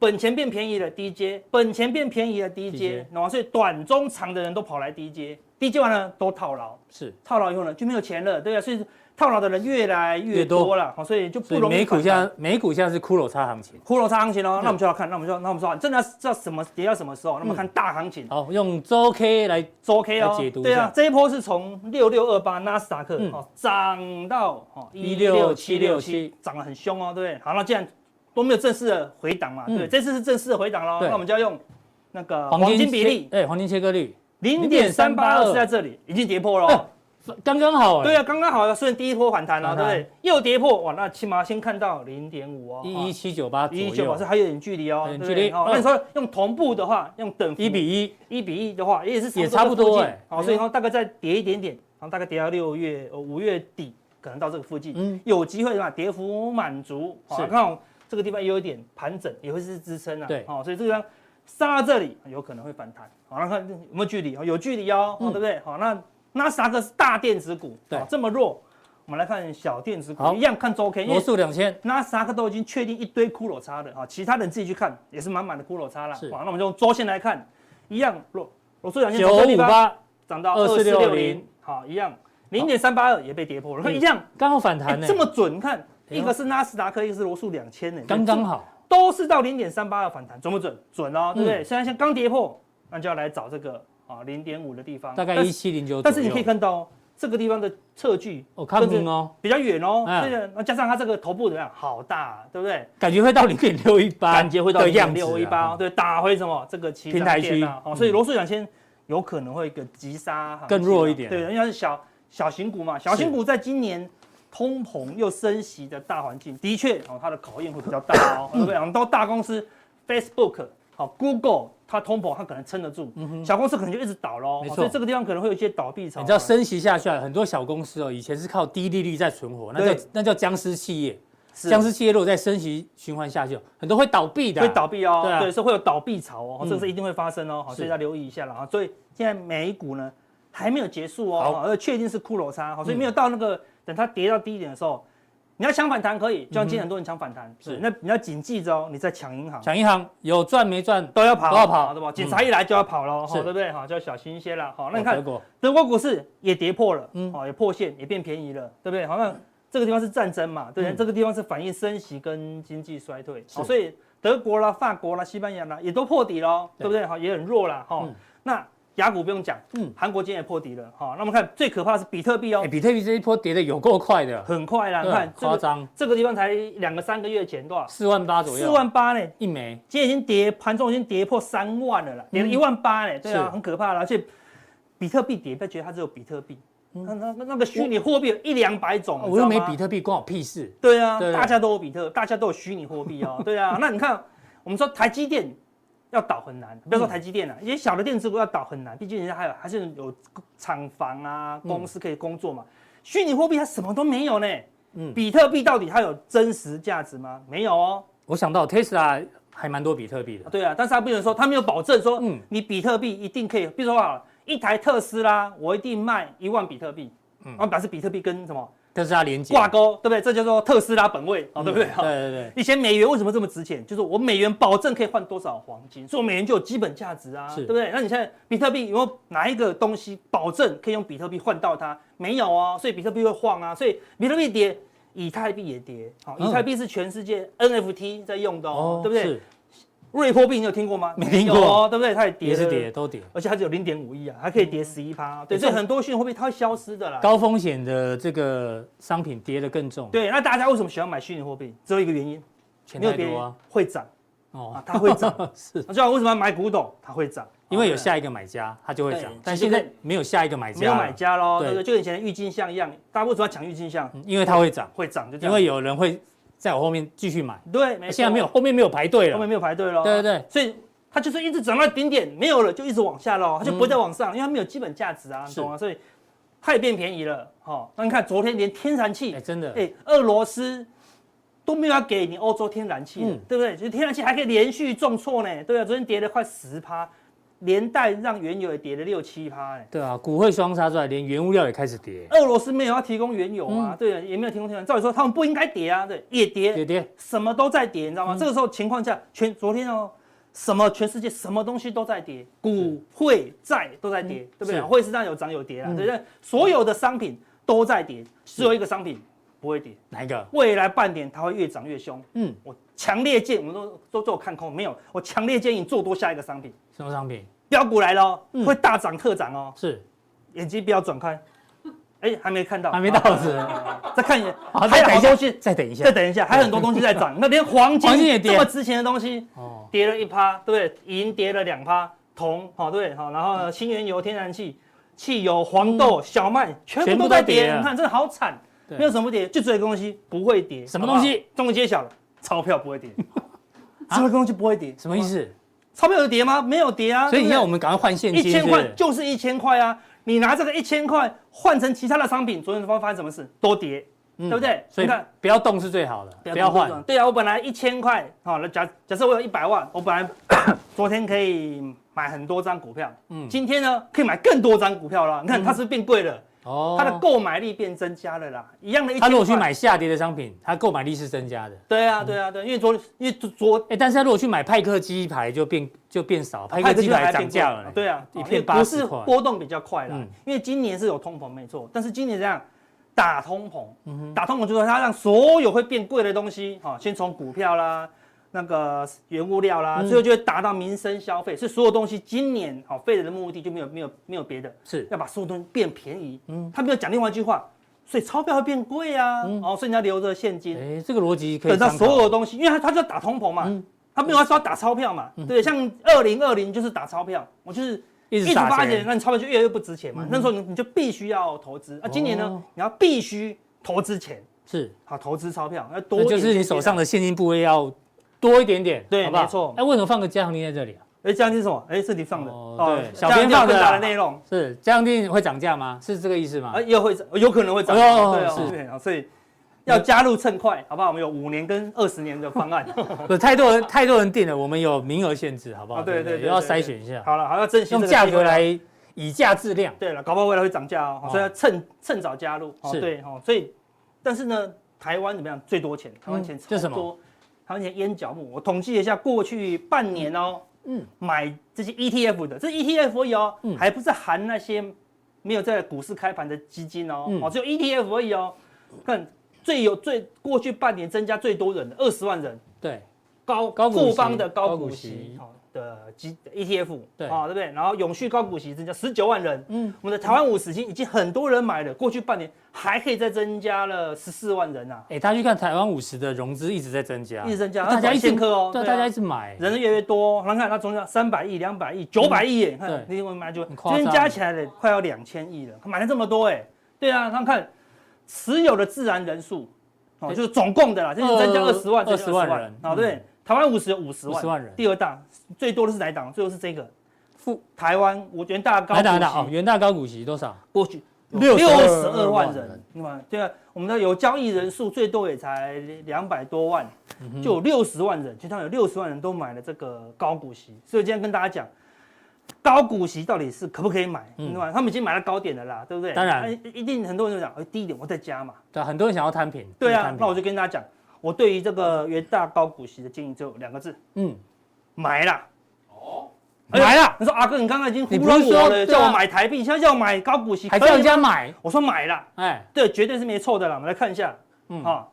F: 本钱变便宜了，低接，本钱变便宜了，低
B: 低接
F: 接，然后所以短中长的人都跑来低接，低接完了都套牢，
B: 是，
F: 套牢以后呢就没有钱了，对啊，所以套牢的人越来
B: 越
F: 越
B: 多
F: 多了，好，哦所以就
B: 所
F: 不
B: 以
F: 容易
B: 美股
F: 反弹
B: 现在嗯美股现在是骷髅叉行情。
F: 骷髅叉行情哦，那我们就要看，那我们就那我们说，真的要知道什么跌到什么时候，那么看
B: 嗯
F: 大行情。
B: 好，用周 K 来
F: 周 K
B: 来
F: 哦
B: 解读，一下
F: 对啊，这一波是从六六二八纳斯达克
B: 嗯
F: 哦涨到哦
B: 16767
F: 16767，涨得很凶哦，对不对？好，那既然都没有正式的回档嘛，
B: 嗯
F: 对，这次是正式的回档喽，
B: 对
F: 啊那我们就要用那个黄金比例
B: 切，哎，黄金切割率
F: 零点三八二是在这里已经跌破了哦、
B: 刚刚好哎、
F: 对啊，刚刚好，顺第一波反弹
B: 反
F: 了、对
B: 弹
F: 不对？又跌破，哇，那起码先看到零点五哦，
B: 哎一一七九八左
F: 一九是
B: 右，
F: 还有点距离哦，
B: 有点
F: 对不
B: 距
F: 对
B: 离
F: 哦
B: 嗯
F: 那你说用同步的话，用等
B: 一比一，
F: 一比一的话，也是
B: 也差不多
F: 这个附近
B: 哎
F: 好，所以它大概再跌一点点，然后大概跌到六月呃五月底，可能到这个附近，
B: 嗯
F: 有机会把跌幅满足，好
B: 是
F: 刚好这个地方也有一点盘整，也会是支撑啊，
B: 对
F: 好，所以这个地方杀到这里哦有可能会反弹，好，那看有没有距离，好有距离哦，
B: 嗯
F: 好对不对？好，那纳斯达克是大电子股，
B: 对
F: 好这么弱，我们来看小电子
B: 好
F: 股，一样看周 K，因哎
B: 罗
F: 为
B: 素两千，
F: 纳斯达克都已经确定一堆骷髅叉了啊，其他人自己去看也是满满的骷髅叉啦。啊
B: 是
F: 好，那我们就用周线来看，一样罗罗素两千
B: 九五，八，
F: 涨到二四六
B: 2460
F: 零，好，一样零点三八二也被跌破了，
B: 嗯
F: 一样、
B: 刚好反
F: 哎
B: 弹呢、
F: 这么准，你看
B: 哎呦
F: 一个是纳斯达克，一个是罗素两千呢，
B: 刚刚好，
F: 都是到零点三八二反弹，准不准？准哦，对不对？
B: 嗯
F: 现在像刚跌破，那就要来找这个啊零点五的地方，
B: 大概
F: 但
B: 一
F: 是
B: 七零九，
F: 但是你可以看到、哦、这个地方的测距
B: 哦，看明哦，
F: 比较远哦，
B: 嗯
F: 这个那加上它这个头部怎么样，好大、啊对不对？
B: 感觉会到零点六一八，
F: 感觉会到
B: 的
F: 零
B: 样子啊
F: 六一八，，对，打回什么这个起涨
B: 平台
F: 点啊
B: 区
F: 哦，所以
B: 嗯
F: 罗素两千有可能会一个急杀行情啊，
B: 更弱一点
F: 对，因为它是小小型股嘛，小型股在今年通膨又升息的大环境，的确哦，它的考验会比较大 哦，对不对？很多大公司 Facebook 好 Google，它通膨它可能撑得住，小公司可能就一直倒喽，
B: 嗯没
F: 哦
B: 错
F: 所以这个地方可能会有一些倒闭潮啊。
B: 你知道升息下去啊，很多小公司哦，以前是靠低利率在存活，那叫
F: 对
B: 那叫僵尸企业。
F: 是
B: 僵尸企业如果在升息循环下去哦，很多会倒闭的啊，
F: 会倒闭哦，
B: 对啊
F: 对，是会有倒闭潮哦，
B: 嗯
F: 这个是一定会发生哦，好，
B: 是
F: 所以要留意一下了啊。所以现在美股呢还没有结束
B: 好嗯
F: 哦，而确定是骷髅差，好，所以没有到那个等它跌到低点的时候，你要抢反弹可以，就像今天很多人抢反弹，
B: 嗯是
F: 是，那你要谨记着哦，你在抢银行
B: 抢银行有赚没赚？
F: 都要跑，
B: 都要跑嗯
F: 对吧？警察一来就要跑喽，
B: 是
F: 好对不对？好，就要小心一些了。好，那你看
B: 德国
F: 哦德国股市也跌破了，
B: 嗯
F: 哦，也破线，也变便宜了，对不对？好像这个地方是战争嘛，对不对，
B: 嗯
F: 这个地方是反映升息跟经济衰退，
B: 是
F: 好，所以德国啦、法国啦、西班牙啦也都破底喽，
B: 对
F: 对不对？好，也很弱啦，哈
B: 嗯。
F: 那雅股不用讲，
B: 嗯
F: 嗯，韩国今天也破底了，哈。那我们看最可怕的是比特币哦
B: 哎，，比特币这一波跌的有够快的，
F: 很快啦，你
B: 对啊
F: 看这
B: 夸
F: 个
B: 张，
F: 这个地方才两个三个月前多少？
B: 四万八左右，
F: 四万八呢，
B: 一枚，
F: 今天已经跌，盘中已经跌破三万了啦，跌了一万八嘞，对
B: 嗯是
F: 啊，很可怕啦。而且比特币跌，不要觉得它只有比特币，那那那那个虚拟货币有一两百种，哦你
B: 嗯我
F: 知
B: 又
F: 道
B: 没
F: 吗
B: 比特币，关我屁事。
F: 对啊，
B: 对对
F: 大家都有比特，大家都有虚拟货 币哦，对啊。那你看，我们说台积电要倒很难，不要说
B: 嗯
F: 台积电啊了，一些小的电子股要倒很难，毕竟人家还有还是有厂房啊、公司可以工作嘛。虚拟货币它什么都没有呢，
B: 嗯
F: 比特币到底它有真实价值吗？没有哦。
B: 我想到 Tesla 还蛮多比特币的，
F: 对啊，但是他不能说，他没有保证说，
B: 嗯
F: 嗯，你比特币一定可以，比如说好了，一台特斯拉，我一定卖一万比特币，嗯，然后表示比特币跟什么
B: 特斯拉连接
F: 挂钩，对不对？这叫做特斯拉本位，哦，对不对？
B: 对嗯对对，
F: 以前美元为什么这么值钱？就是我美元保证可以换多少黄金，所以我美元就有基本价值啊，
B: 是
F: 对不对？那你现在比特币有没有哪一个东西保证可以用比特币换到它？没有哦，所以比特币会晃啊，所以比特币跌，以太币也跌。好、
B: 嗯
F: 以太币是全世界 NFT 在用的哦，对不对？
B: 是？
F: 瑞波币你有听过吗？
B: 没听
F: 有
B: 过
F: 哦，对不对？它也跌
B: 也
F: 了
B: 是跌，，都跌。
F: 而且它只有零点五亿啊，还可以跌十一趴。对，
B: 欸
F: 所以
B: 这
F: 很多虚拟货币它会消失的啦。
B: 高风险的这个商品跌得更重，，
F: 对，那大家为什么喜欢买虚拟货币？只有一个原因，
B: 钱
F: 没有
B: 太
F: 别的
B: 多
F: 原
B: 啊
F: 因，，会涨啊
B: 哦，，
F: 它会涨。
B: 是
F: 那就像为什么要买古董，它会涨，
B: 因为有
F: 哦
B: 下一个买家，它就会
F: 对
B: 涨
F: 其，
B: 但
F: 实
B: 现在
F: 跟
B: 没有下一个买家，
F: 哦没有买，家喽，
B: 对
F: 对不对？就跟以前的郁金香一样，大家为什么要抢郁金香？
B: 因为它会涨，
F: 会涨，就这
B: 因
F: 样。
B: 为有人会在我后面继续买，
F: 对，没错
B: 现在没有，，后面没有排队
F: 后面
B: 了，
F: 没有排队喽。
B: 对对对，
F: 所以它就是一直涨到顶点，没有了就一直往下喽，它就不会再往上，因为它没有基本价值啊，你
B: 嗯是
F: 懂吗？所以它也变便宜了，哦。那你看昨天连天然气
B: 哎，，真的，
F: 哎，俄罗斯都没有要给你欧洲天然气了，
B: 嗯
F: 对不对？就是天然气还可以连续重挫呢，对啊，昨天跌了快十趴，连带让原油也跌了六七趴呢。
B: 对啊，股汇双杀之外，连原物料也开始跌，
F: 俄罗斯没有要提供原油啊，
B: 嗯
F: 对啊，也没有提供天然气，照理说他们不应该跌啊，对，也跌，
B: 跌跌，
F: 什么都在跌，你知道
B: 嗯
F: 吗？这个时候情况下，全昨天哦，什么全世界什么东西都在跌，股汇债都在跌，对不对？
B: 嗯是
F: 汇市上有涨有跌啊，
B: 嗯
F: 对不对？所有的商品都在跌，只有一个商品不会跌，
B: 哪一个？
F: 未来半年它会越涨越凶。
B: 嗯，
F: 我强烈建，我们都都做看空，没有，我强烈建议你做多下一个商品，
B: 什么商品？
F: 标股来了哦
B: 嗯，
F: 会大涨特涨哦，
B: 是
F: 眼睛不要转开。哎，还没看到，啊
B: 还没到 是不是？
F: 再看一眼，
B: 好，
F: 还
B: 再
F: 有
B: 等
F: 好
B: 一下
F: 东西，，
B: 再等一下
F: 再，等一下，还有很多东西 在涨，那连黄金
B: 黄金也跌
F: 这么值钱的东西
B: 哦，
F: 跌了一趴，对不对？银跌了两趴，铜，好对，好，然后
B: 嗯
F: 呢新原油、天然气、汽油、黄豆、小麦全
B: 全
F: 部
B: 部
F: 都在
B: 在跌
F: 跌，
B: 啊
F: 你看真的好惨，
B: 对
F: 没有什么跌，就只有一个东西不会跌，
B: 什么
F: 好不好
B: 东西？
F: 终于揭晓了，钞票不会跌，只有一个东西不会跌，
B: 什么意？思？
F: 钞票有跌吗？没有跌啊，
B: 所以
F: 对
B: 你
F: 不对
B: 要我们赶快换现金，
F: 一千
B: 是不
F: 块
B: 是
F: 就是一千块啊！你拿这个一千块换成其他的商品，昨天发发生什么事？都跌，对不对？
B: 嗯所以
F: 你看
B: 不要动是最好的，不要换。
F: 对啊，我本来一千块，好，那假假设我有一百万，我本来 昨天可以买很多张股票，嗯，今天呢可以买更多张股票了。你看它是不是变贵了，
B: 嗯哦
F: 它的购买力变增加了啦。一样的一，
B: 他如果去，买下跌的商品，他购买力是增加的。
F: 对啊，对啊，对，因为昨因为昨
B: 哎，但是他如果去买派克鸡排就变就变少，派克鸡排涨价了，
F: 对啊，
B: 一
F: 因为
B: 片
F: 不
B: 八
F: 是
B: 十块。
F: 波动比较快啦
B: 嗯，
F: 因为今年是有通膨没错，但是今年这样打通膨，打通膨就是它让所有会变贵的东西，哈，先从股票啦。那个原物料啦，
B: 嗯
F: 最后就会达到民生消费，是所有东西今年好费人的目的就没有没有没有别的，
B: 是
F: 要把所有东西变便宜。嗯，他没有讲另外一句话，所以钞票会变贵啊，
B: 嗯
F: 哦，所以你要留着现金。
B: 哎，这个逻辑可以
F: 等到
B: 参考。嗯
F: 所有的东西，因为他他就要打通膨嘛，他没有他说要打钞票嘛，对，像二零二零就是打钞票，我就是
B: 一直
F: 直
B: 撒
F: 发
B: 钱
F: 钱，啊那你钞票就越来越不值钱嘛，那时候你你就必须要投资啊，今年呢
B: 嗯哦
F: 你要必须投资钱，
B: 是，
F: 好投资钞票要多
B: 那
F: 一点
B: 就是你
F: 现金
B: 手
F: 啊
B: 上，的现金部位要多一点点，
F: 对
B: 好不好
F: 没错
B: 哎，为什么放个嘉恒林在这里啊？
F: 哎，这样是什么？哎，是你放的
B: 哦
F: 哦
B: 对，
F: 这
B: 小
F: 样
B: 编
F: 就有
B: 放的
F: 更大
B: 啊
F: 的内容，
B: 是嘉恒林会涨价吗？是这个意思吗
F: 啊，？又会有可能会涨，
B: 哎呦
F: 对哦
B: 是
F: 对啊，所以要加入趁快，好不好？我们有五年跟二十年的 方案，
B: 不，太多人太多人订了，我们有名额限制，好不好？
F: 啊对对对
B: 也要
F: 对
B: 筛
F: 对
B: 选一下，
F: 好了，还要珍惜
B: 用
F: 这个
B: 价
F: 机
B: 格
F: 会啊
B: 来以价质量。
F: 对了，搞不好未来会涨价哦，
B: 哦
F: 所以要趁趁早加入。哦，
B: 是
F: 对哦，所以但是呢，台湾怎么样？最多钱，台湾钱
B: 嗯
F: 超
B: 这是什么
F: 多，台湾钱烟角木，我统计了一下过去半年哦，嗯，买这些 ETF 的，这 ETF 而已哦，
B: 嗯
F: 还不是含那些没有在股市开盘的基金哦，
B: 嗯
F: 哦，只有 ETF 而已哦。看最有最过去半年增加最多人的二十万人，
B: 对，
F: 高
B: 高股息
F: 富邦的高
B: 高
F: 股
B: 股息
F: 息哦的基 ETF，
B: 对
F: 啊，对不对？然后永续高股息增加十九万人，
B: 嗯
F: 嗯，我们的台湾五十金已经很多人买了，过去半年还可以再增加了十四万人啊，
B: 哎，大家去看台湾五十的融资一直在增加，
F: 一直增加
B: 啊大家一
F: 那管
B: 直
F: 线客哦
B: 对，
F: 对啊
B: 大家一直买，
F: 人越来越多，然后看它总共三百亿、两百亿、九百亿耶，你看
B: 嗯对
F: 你我买就
B: 很夸
F: 今
B: 张
F: 天加起来的快要两千亿了，买了这么多哎，对啊，他们看持有的自然人数哦，
B: 对
F: 就是总共的啦，就是增加
B: 呃
F: 二十万，
B: 20万人嗯
F: 啊，对不对，台湾五十有五十
B: 50万人
F: 第二大最多的是哪一档？最后是这个。
B: 富
F: 台湾，我觉得大高
B: 来打来打
F: 股
B: 哦，
F: 息
B: 元大高股息多少？
F: 过去
B: 62
F: 十二万
B: 万
F: 人
B: 人，
F: 对吧？对啊，我们的有交易人数最多也才两百多万，就有六十万人，就他有六十万人都买了这个高股息，所以今天跟大家讲。高股息到底是可不可以买？对吧？他们已经买了高点了啦，对不对？
B: 当然
F: 啊一定很多人就讲，哎，低一点我再加嘛。
B: 对，啊很多人想要摊平。
F: 对
B: 一直
F: 啊
B: 摊，平
F: 那我就跟大家讲，我对于这个元大高股息的建议只有两个字：
B: 嗯，
F: 买啦。
C: 哦，
F: 哎呀
B: 买啦
F: 你说阿哥，你刚刚已经糊
B: 你不
F: 弄
B: 是说
F: 我了，
B: 对啊
F: 叫我买台币，现在叫我买高股息，
B: 还
F: 可以
B: 叫人家
F: 吗
B: 买，
F: 我说买啦，
B: 哎，
F: 对，绝对是没错的啦。我们来看一下，
B: 嗯
F: 啊，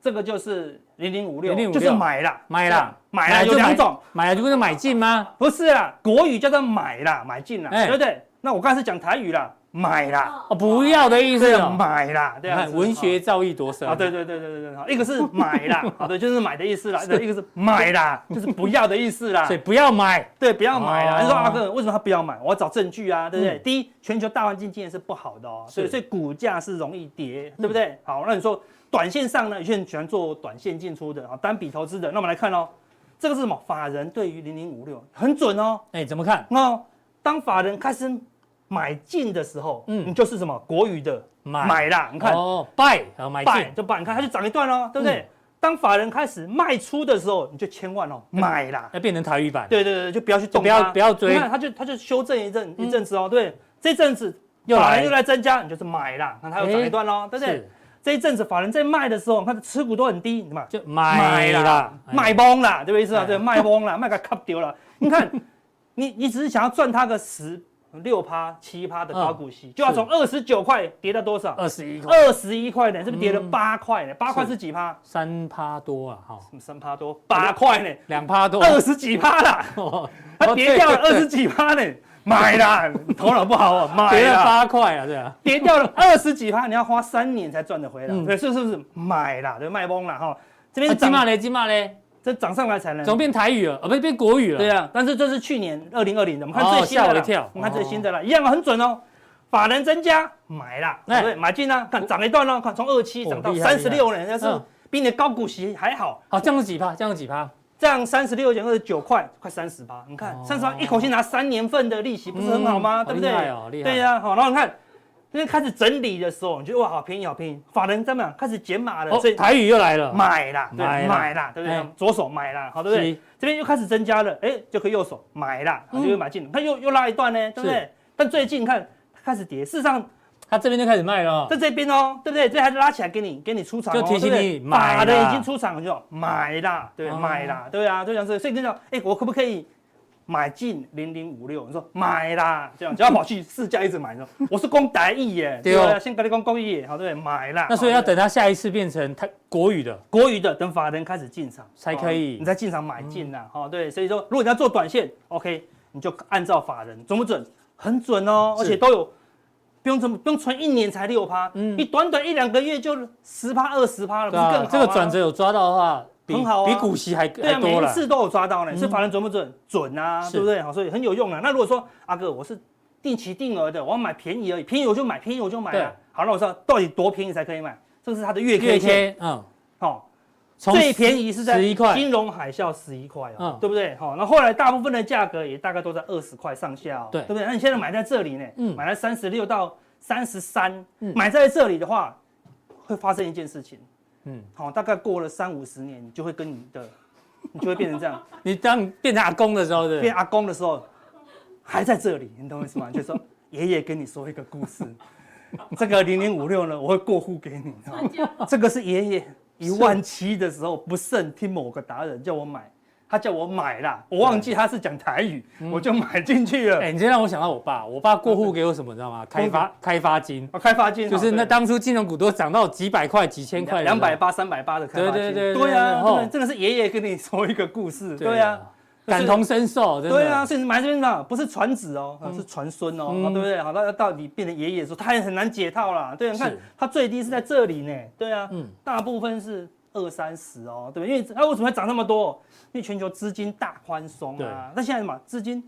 F: 这个就是零零五六，
B: 0056
F: 就是买啦，
B: 买啦，
F: 买啦，有
B: 就
F: 两种，，
B: 买了就跟着买进吗？
F: 不是啦，国语叫做买啦，买进啦，
B: 哎
F: 对不对？那我刚才是讲台语啦，买啦，
B: 哦，不要的意思
F: 对啊，
B: 哦。
F: 买啦，
B: 你
F: 对啊，
B: 看文学造诣多深
F: 啊，对对对对对对，好一个是 买啦，好的，就是买的意思啦，一个是买啦，就是不要的意思 啦
B: 所，以不要买，
F: 对，不要买啦。
B: 哦
F: 你说阿哥，为什么他不要买？我要找证据啊，对不对？
B: 嗯
F: 第一，全球大环境今年是不好的哦，所以
B: 是嗯
F: 所以股价是容易跌，对不对？好，那你说短线上呢，有些人喜欢做短线进出的，好，单笔投资的。那我们来看哦，这个是什么？法人对于零零五六很准哦。
B: 哎，怎么看？
F: 那当法人开始买进的时候，
B: 嗯
F: 嗯，你就是什么国语的
B: 买
F: 买啦，你看
B: 哦，buy 啊，买
F: 摆
B: 进，
F: 就摆，你看它就涨一段哦，对不
B: 嗯
F: 对？当法人开始卖出的时候，你就千万哦
B: 嗯
F: 买啦。
B: 要变成台语版，
F: 对对对，就不要去动它，
B: 不要不要追嗯
F: 你看它就它就修正一阵一阵子哦，对，这阵子
B: 又
F: 法
B: 来
F: 人又来增加，你就是买啦，那它又涨一段喽，对不对
B: 哎是？
F: 这一阵子法人在卖的时候，看持股都很低，你嘛
B: 就买啦，哎
F: 卖崩啦，对不对？意思啊，
B: 哎
F: 对，卖崩 啦，卖个 cap 丢了。你看，你你只是想要赚它个十六趴、七趴的高股息，就要从二十九块跌到多少？
B: 嗯二十嗯一
F: 二十一块呢，是不是跌了八块呢？八块是几趴？
B: 三趴多啊，哈，
F: 什么三趴多？八块呢？
B: 两趴多，
F: 二十几趴啦！
B: 哦
F: 它跌掉了二，十
B: 哦
F: 几趴呢，买 啦，你头脑不好啊，
B: 对
F: 买
B: 跌了
F: 啦，
B: 八块啊，对啊，
F: 跌掉了二十几趴，你要花三年才赚得回来，
B: 嗯
F: 对，是是不是？买啦，对，卖崩啦哈，这
B: 那
F: 边
B: 金
F: 涨，
B: 啊马嘞，金马嘞，
F: 这涨上来才能
B: 怎么变台语了？啊，不是变国语了。
F: 对啊，但是这是去年二零二零的，我们看
B: 哦
F: 最新的啦
B: 吓我一跳哦
F: 我们看最新的啦，一样啊，很准哦。法人增加买啦，
B: 哎
F: 对不对？买进啊，看涨了一段了，看从二七
B: 哦
F: 涨到
B: 厉害
F: 三
B: 厉
F: 十
B: 害
F: 六呢，但是
B: 嗯
F: 比你的高股息还好，
B: 好，这样是几趴？这样是几趴？
F: 这样三十六减二十九块，快三十八，你看
B: 哦
F: 三十八一口气拿三年份的利息，不是很好吗？
B: 嗯
F: 对不对？
B: 好厉害哦好厉害
F: 对呀，好，然后你看，因为开始整理的时候，你觉得哇，好便宜，好便宜，法人怎么样？开始减码了，
B: 哦
F: 所以，
B: 台语又来了。
F: 买啦，对
B: 买啦
F: 买啦，对不对
B: 哎？
F: 左手买啦，好，对不对？
B: 是嗯
F: 这边又开始增加了，哎，就可以右手买啦，好就又买进了，看又又拉一段呢，对不对？但最近看开始跌，事实上
B: 他这边就开始卖了哦。
F: 在这边哦，对不对？这还是拉起来给你，给你出场哦，
B: 就提醒
F: 对不对
B: 你买啦
F: 法人已经出场了就买啦，对，
B: 哦
F: 买啦，对啊，就这样子。所以跟你讲，哎，我可不可以买进零零五六？你说买啦， 这样只要跑去市价一直买，你说我是公台亿耶，
B: 对哦
F: 不先跟你讲公益耶，好哦对不对？买啦。
B: 那所以
F: 好
B: 要
F: 对不对
B: 等他下一次变成台国语的。
F: 国语的，等法人开始进场
B: 才可以
F: 哦你再进场买进啦，
B: 嗯
F: 哦，对，所以说如果你要做短线，OK，你就按照法人准不准？很准哦，
B: 是
F: 而且都有不用怎么不用存一年才六趴，
B: 嗯
F: 你短短一两个月就十趴二十趴了，不
B: 对
F: 是更好
B: 啊
F: 吗，
B: 这个转折有抓到的话，比
F: 很好啊
B: 比股息还
F: 对
B: 还
F: 啊，每
B: 多
F: 一
B: 了。
F: 次都有抓到呢，
B: 嗯
F: 是法人准不准？准啊，
B: 是
F: 对不对？好，所以很有用啊。那如果说阿哥，我是定期定额的，我要买便宜而已，便宜我就买，便宜我就买
B: 对
F: 啊。好，那我知道到底多便宜才可以买，这个是它的月 K
B: 月
F: 线，哦
B: K，嗯，
F: 好，
B: 从
F: 最便宜是在
B: 11块
F: 金融海啸十一块哦
B: 嗯，
F: 对不对？好，那后来大部分的价格也大概都在二十块上下哦，
B: 对
F: 对不对？那你现在买在这里呢
B: 嗯，
F: 买在三十六到三十三，
B: 嗯
F: 买在这里的话，会发生一件事情，
B: 嗯
F: 嗯，好，大概过了三五十年，你就会跟你 的，你就会变成这样，
B: 你当变成阿公的时候，对不对
F: 变阿公的时候还在这里，你懂我意 思吗？就说爷爷跟你说一个故事，这个零零五六呢，我会过户给你，你知道吗这个是爷爷一万七的时候不慎听某个达人叫我买，他叫我买啦，我忘记他是讲台语，我就买进去了。
B: 嗯哎，你这让我想到我爸，我爸过户给我什么，你知道 吗？开发开发金，
F: 啊，开发金
B: 就是那当初金融股都涨到几百块、几千块，
F: 两百，八、三百八的开发金，
B: 对对对对
F: 对啊，
B: 对
F: 对，这个是爷爷跟你说一个故事，
B: 对
F: 对啊。
B: 啊，感同身受，真的。嗯
F: 对啊，，所以你买这边嘛，不是传子哦，啊是传孙哦，啊对不对？好，那到底变成爷爷的时候，他也很难解套啦。对啊，你看
B: 是
F: 它最低是在这里呢，对啊，
B: 嗯
F: 大部分是二三十哦，对不对？因为它为什么会涨那么多？因为全球资金大宽松
B: 对
F: 啊，那现在嘛，资金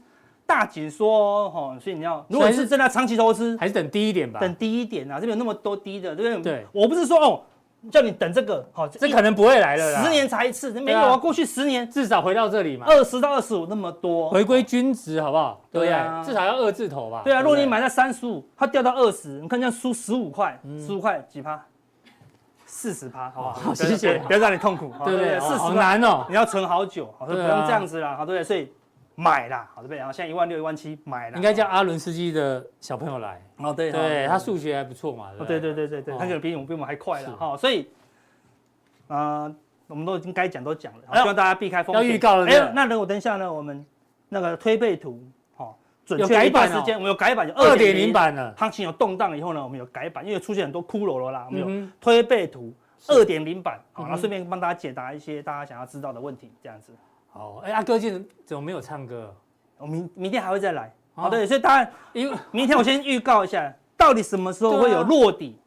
F: 大紧缩哦，吼，所以你要如果
B: 所以
F: 是
B: 是
F: 真的要长期投资，
B: 还是等低一点吧。
F: 等低一点啊，这边有那么多低的，对不对？
B: 对
F: 我不是说哦，叫你等这个，好，
B: 这可能不会来了啦。
F: 十年才一次，没
B: 对
F: 有
B: 啊
F: 啊，过去十年
B: 至少回到这里嘛，
F: 二十到二十五那么多，
B: 回归均值好不好？对不
F: 对啊
B: 对？至少要二字头吧。
F: 对啊，如
B: 不
F: 果你买在三十五，它掉到二十，你看这样输十五块，十五块几趴？四十趴，好不好？
B: 谢谢
F: 对不要让你痛苦，好
B: 对不对？
F: 四
B: 好
F: 十趴，
B: 难哦。
F: 你要存好久，好，所以不
B: 对啊
F: 用这样子啦，好，对不对？所以买啦，好，对不对？然后现在一万六、一万七买啦，
B: 应该叫阿伦斯基的小朋友来，
F: 哦，对
B: 对他
F: 好
B: 数学还不错嘛。
F: 哦
B: 不
F: 对对对对对，
B: 哦
F: 他可能比我们比我们还快
B: 是
F: 了哈，所以，啊，我们都已经该讲都讲了，好
B: 哎呦
F: 希望大家避开风
B: 要
F: 险。
B: 预告了
F: 哎
B: 对不
F: 呦
B: 对，
F: 那等我等一下呢，我们那个推背图，好，准
B: 有
F: 确
B: 改
F: 一段
B: 版哦
F: 时间，我们有改版，有
B: 二点零版了。
F: 行情有动荡以后呢，我们有改版，因为出现很多骷髅了啦，我们
B: 嗯
F: 有推背图二点零版，好，
B: 嗯
F: 然后顺便帮大家解答一些大家想要知道的问题，这样子。
B: 好，哎，阿哥今天怎么没有唱歌？
F: 我明明天还会再来，
B: 哦
F: 好，对，所以当然
B: 因为
F: 明天我先预告一下，到底什么时候会有 落底？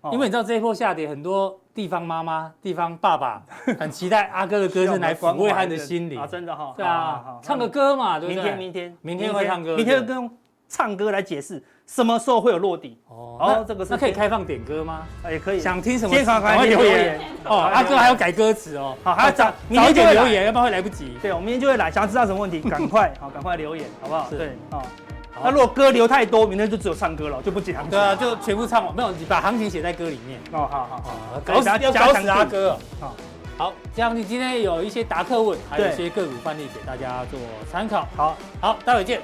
F: 哦
B: 因为你知道这一波下跌，很多地方妈妈、地方爸 爸很期待阿哥的歌声来抚慰他的心灵
F: 啊，。真的哈，
B: 对
F: 好好
B: 啊
F: 好，
B: 唱个歌嘛，对不
F: 明
B: 对？
F: 天，明天，
B: 明天会唱歌
F: 明天会跟唱歌来解释什么时候会有落底，
B: 哦，
F: 哦
B: 那
F: 这个是
B: 那可以开放点歌吗？
F: 啊，也可以。
B: 想听什么？
F: 先赶
B: 赶
F: 快
B: 快
F: 留
B: 留
F: 言
B: 言。哦，
F: 好
B: 阿哥还要改歌词哦。
F: 好还要早明
B: 早
F: 天
B: 一
F: 就
B: 点
F: 会来
B: 留言，要不然会来不及。
F: 对，我们明天就会来，想要知道什么问题，赶快好，赶快留言，好不好？
B: 是
F: 对，好。
B: 好
F: 那如果歌留太多，明天就只有唱歌了，就不讲。
B: 对啊，就全部唱完，没有你把行情写在歌里面。
F: 哦，好好好，
B: 哦，
F: 搞死要搞死阿
B: 哥。
F: 好，
B: 好，这样你今天有一些答客问，还有
F: 对
B: 一些个股范例给大家做参考。
F: 好。
B: 好，待会见。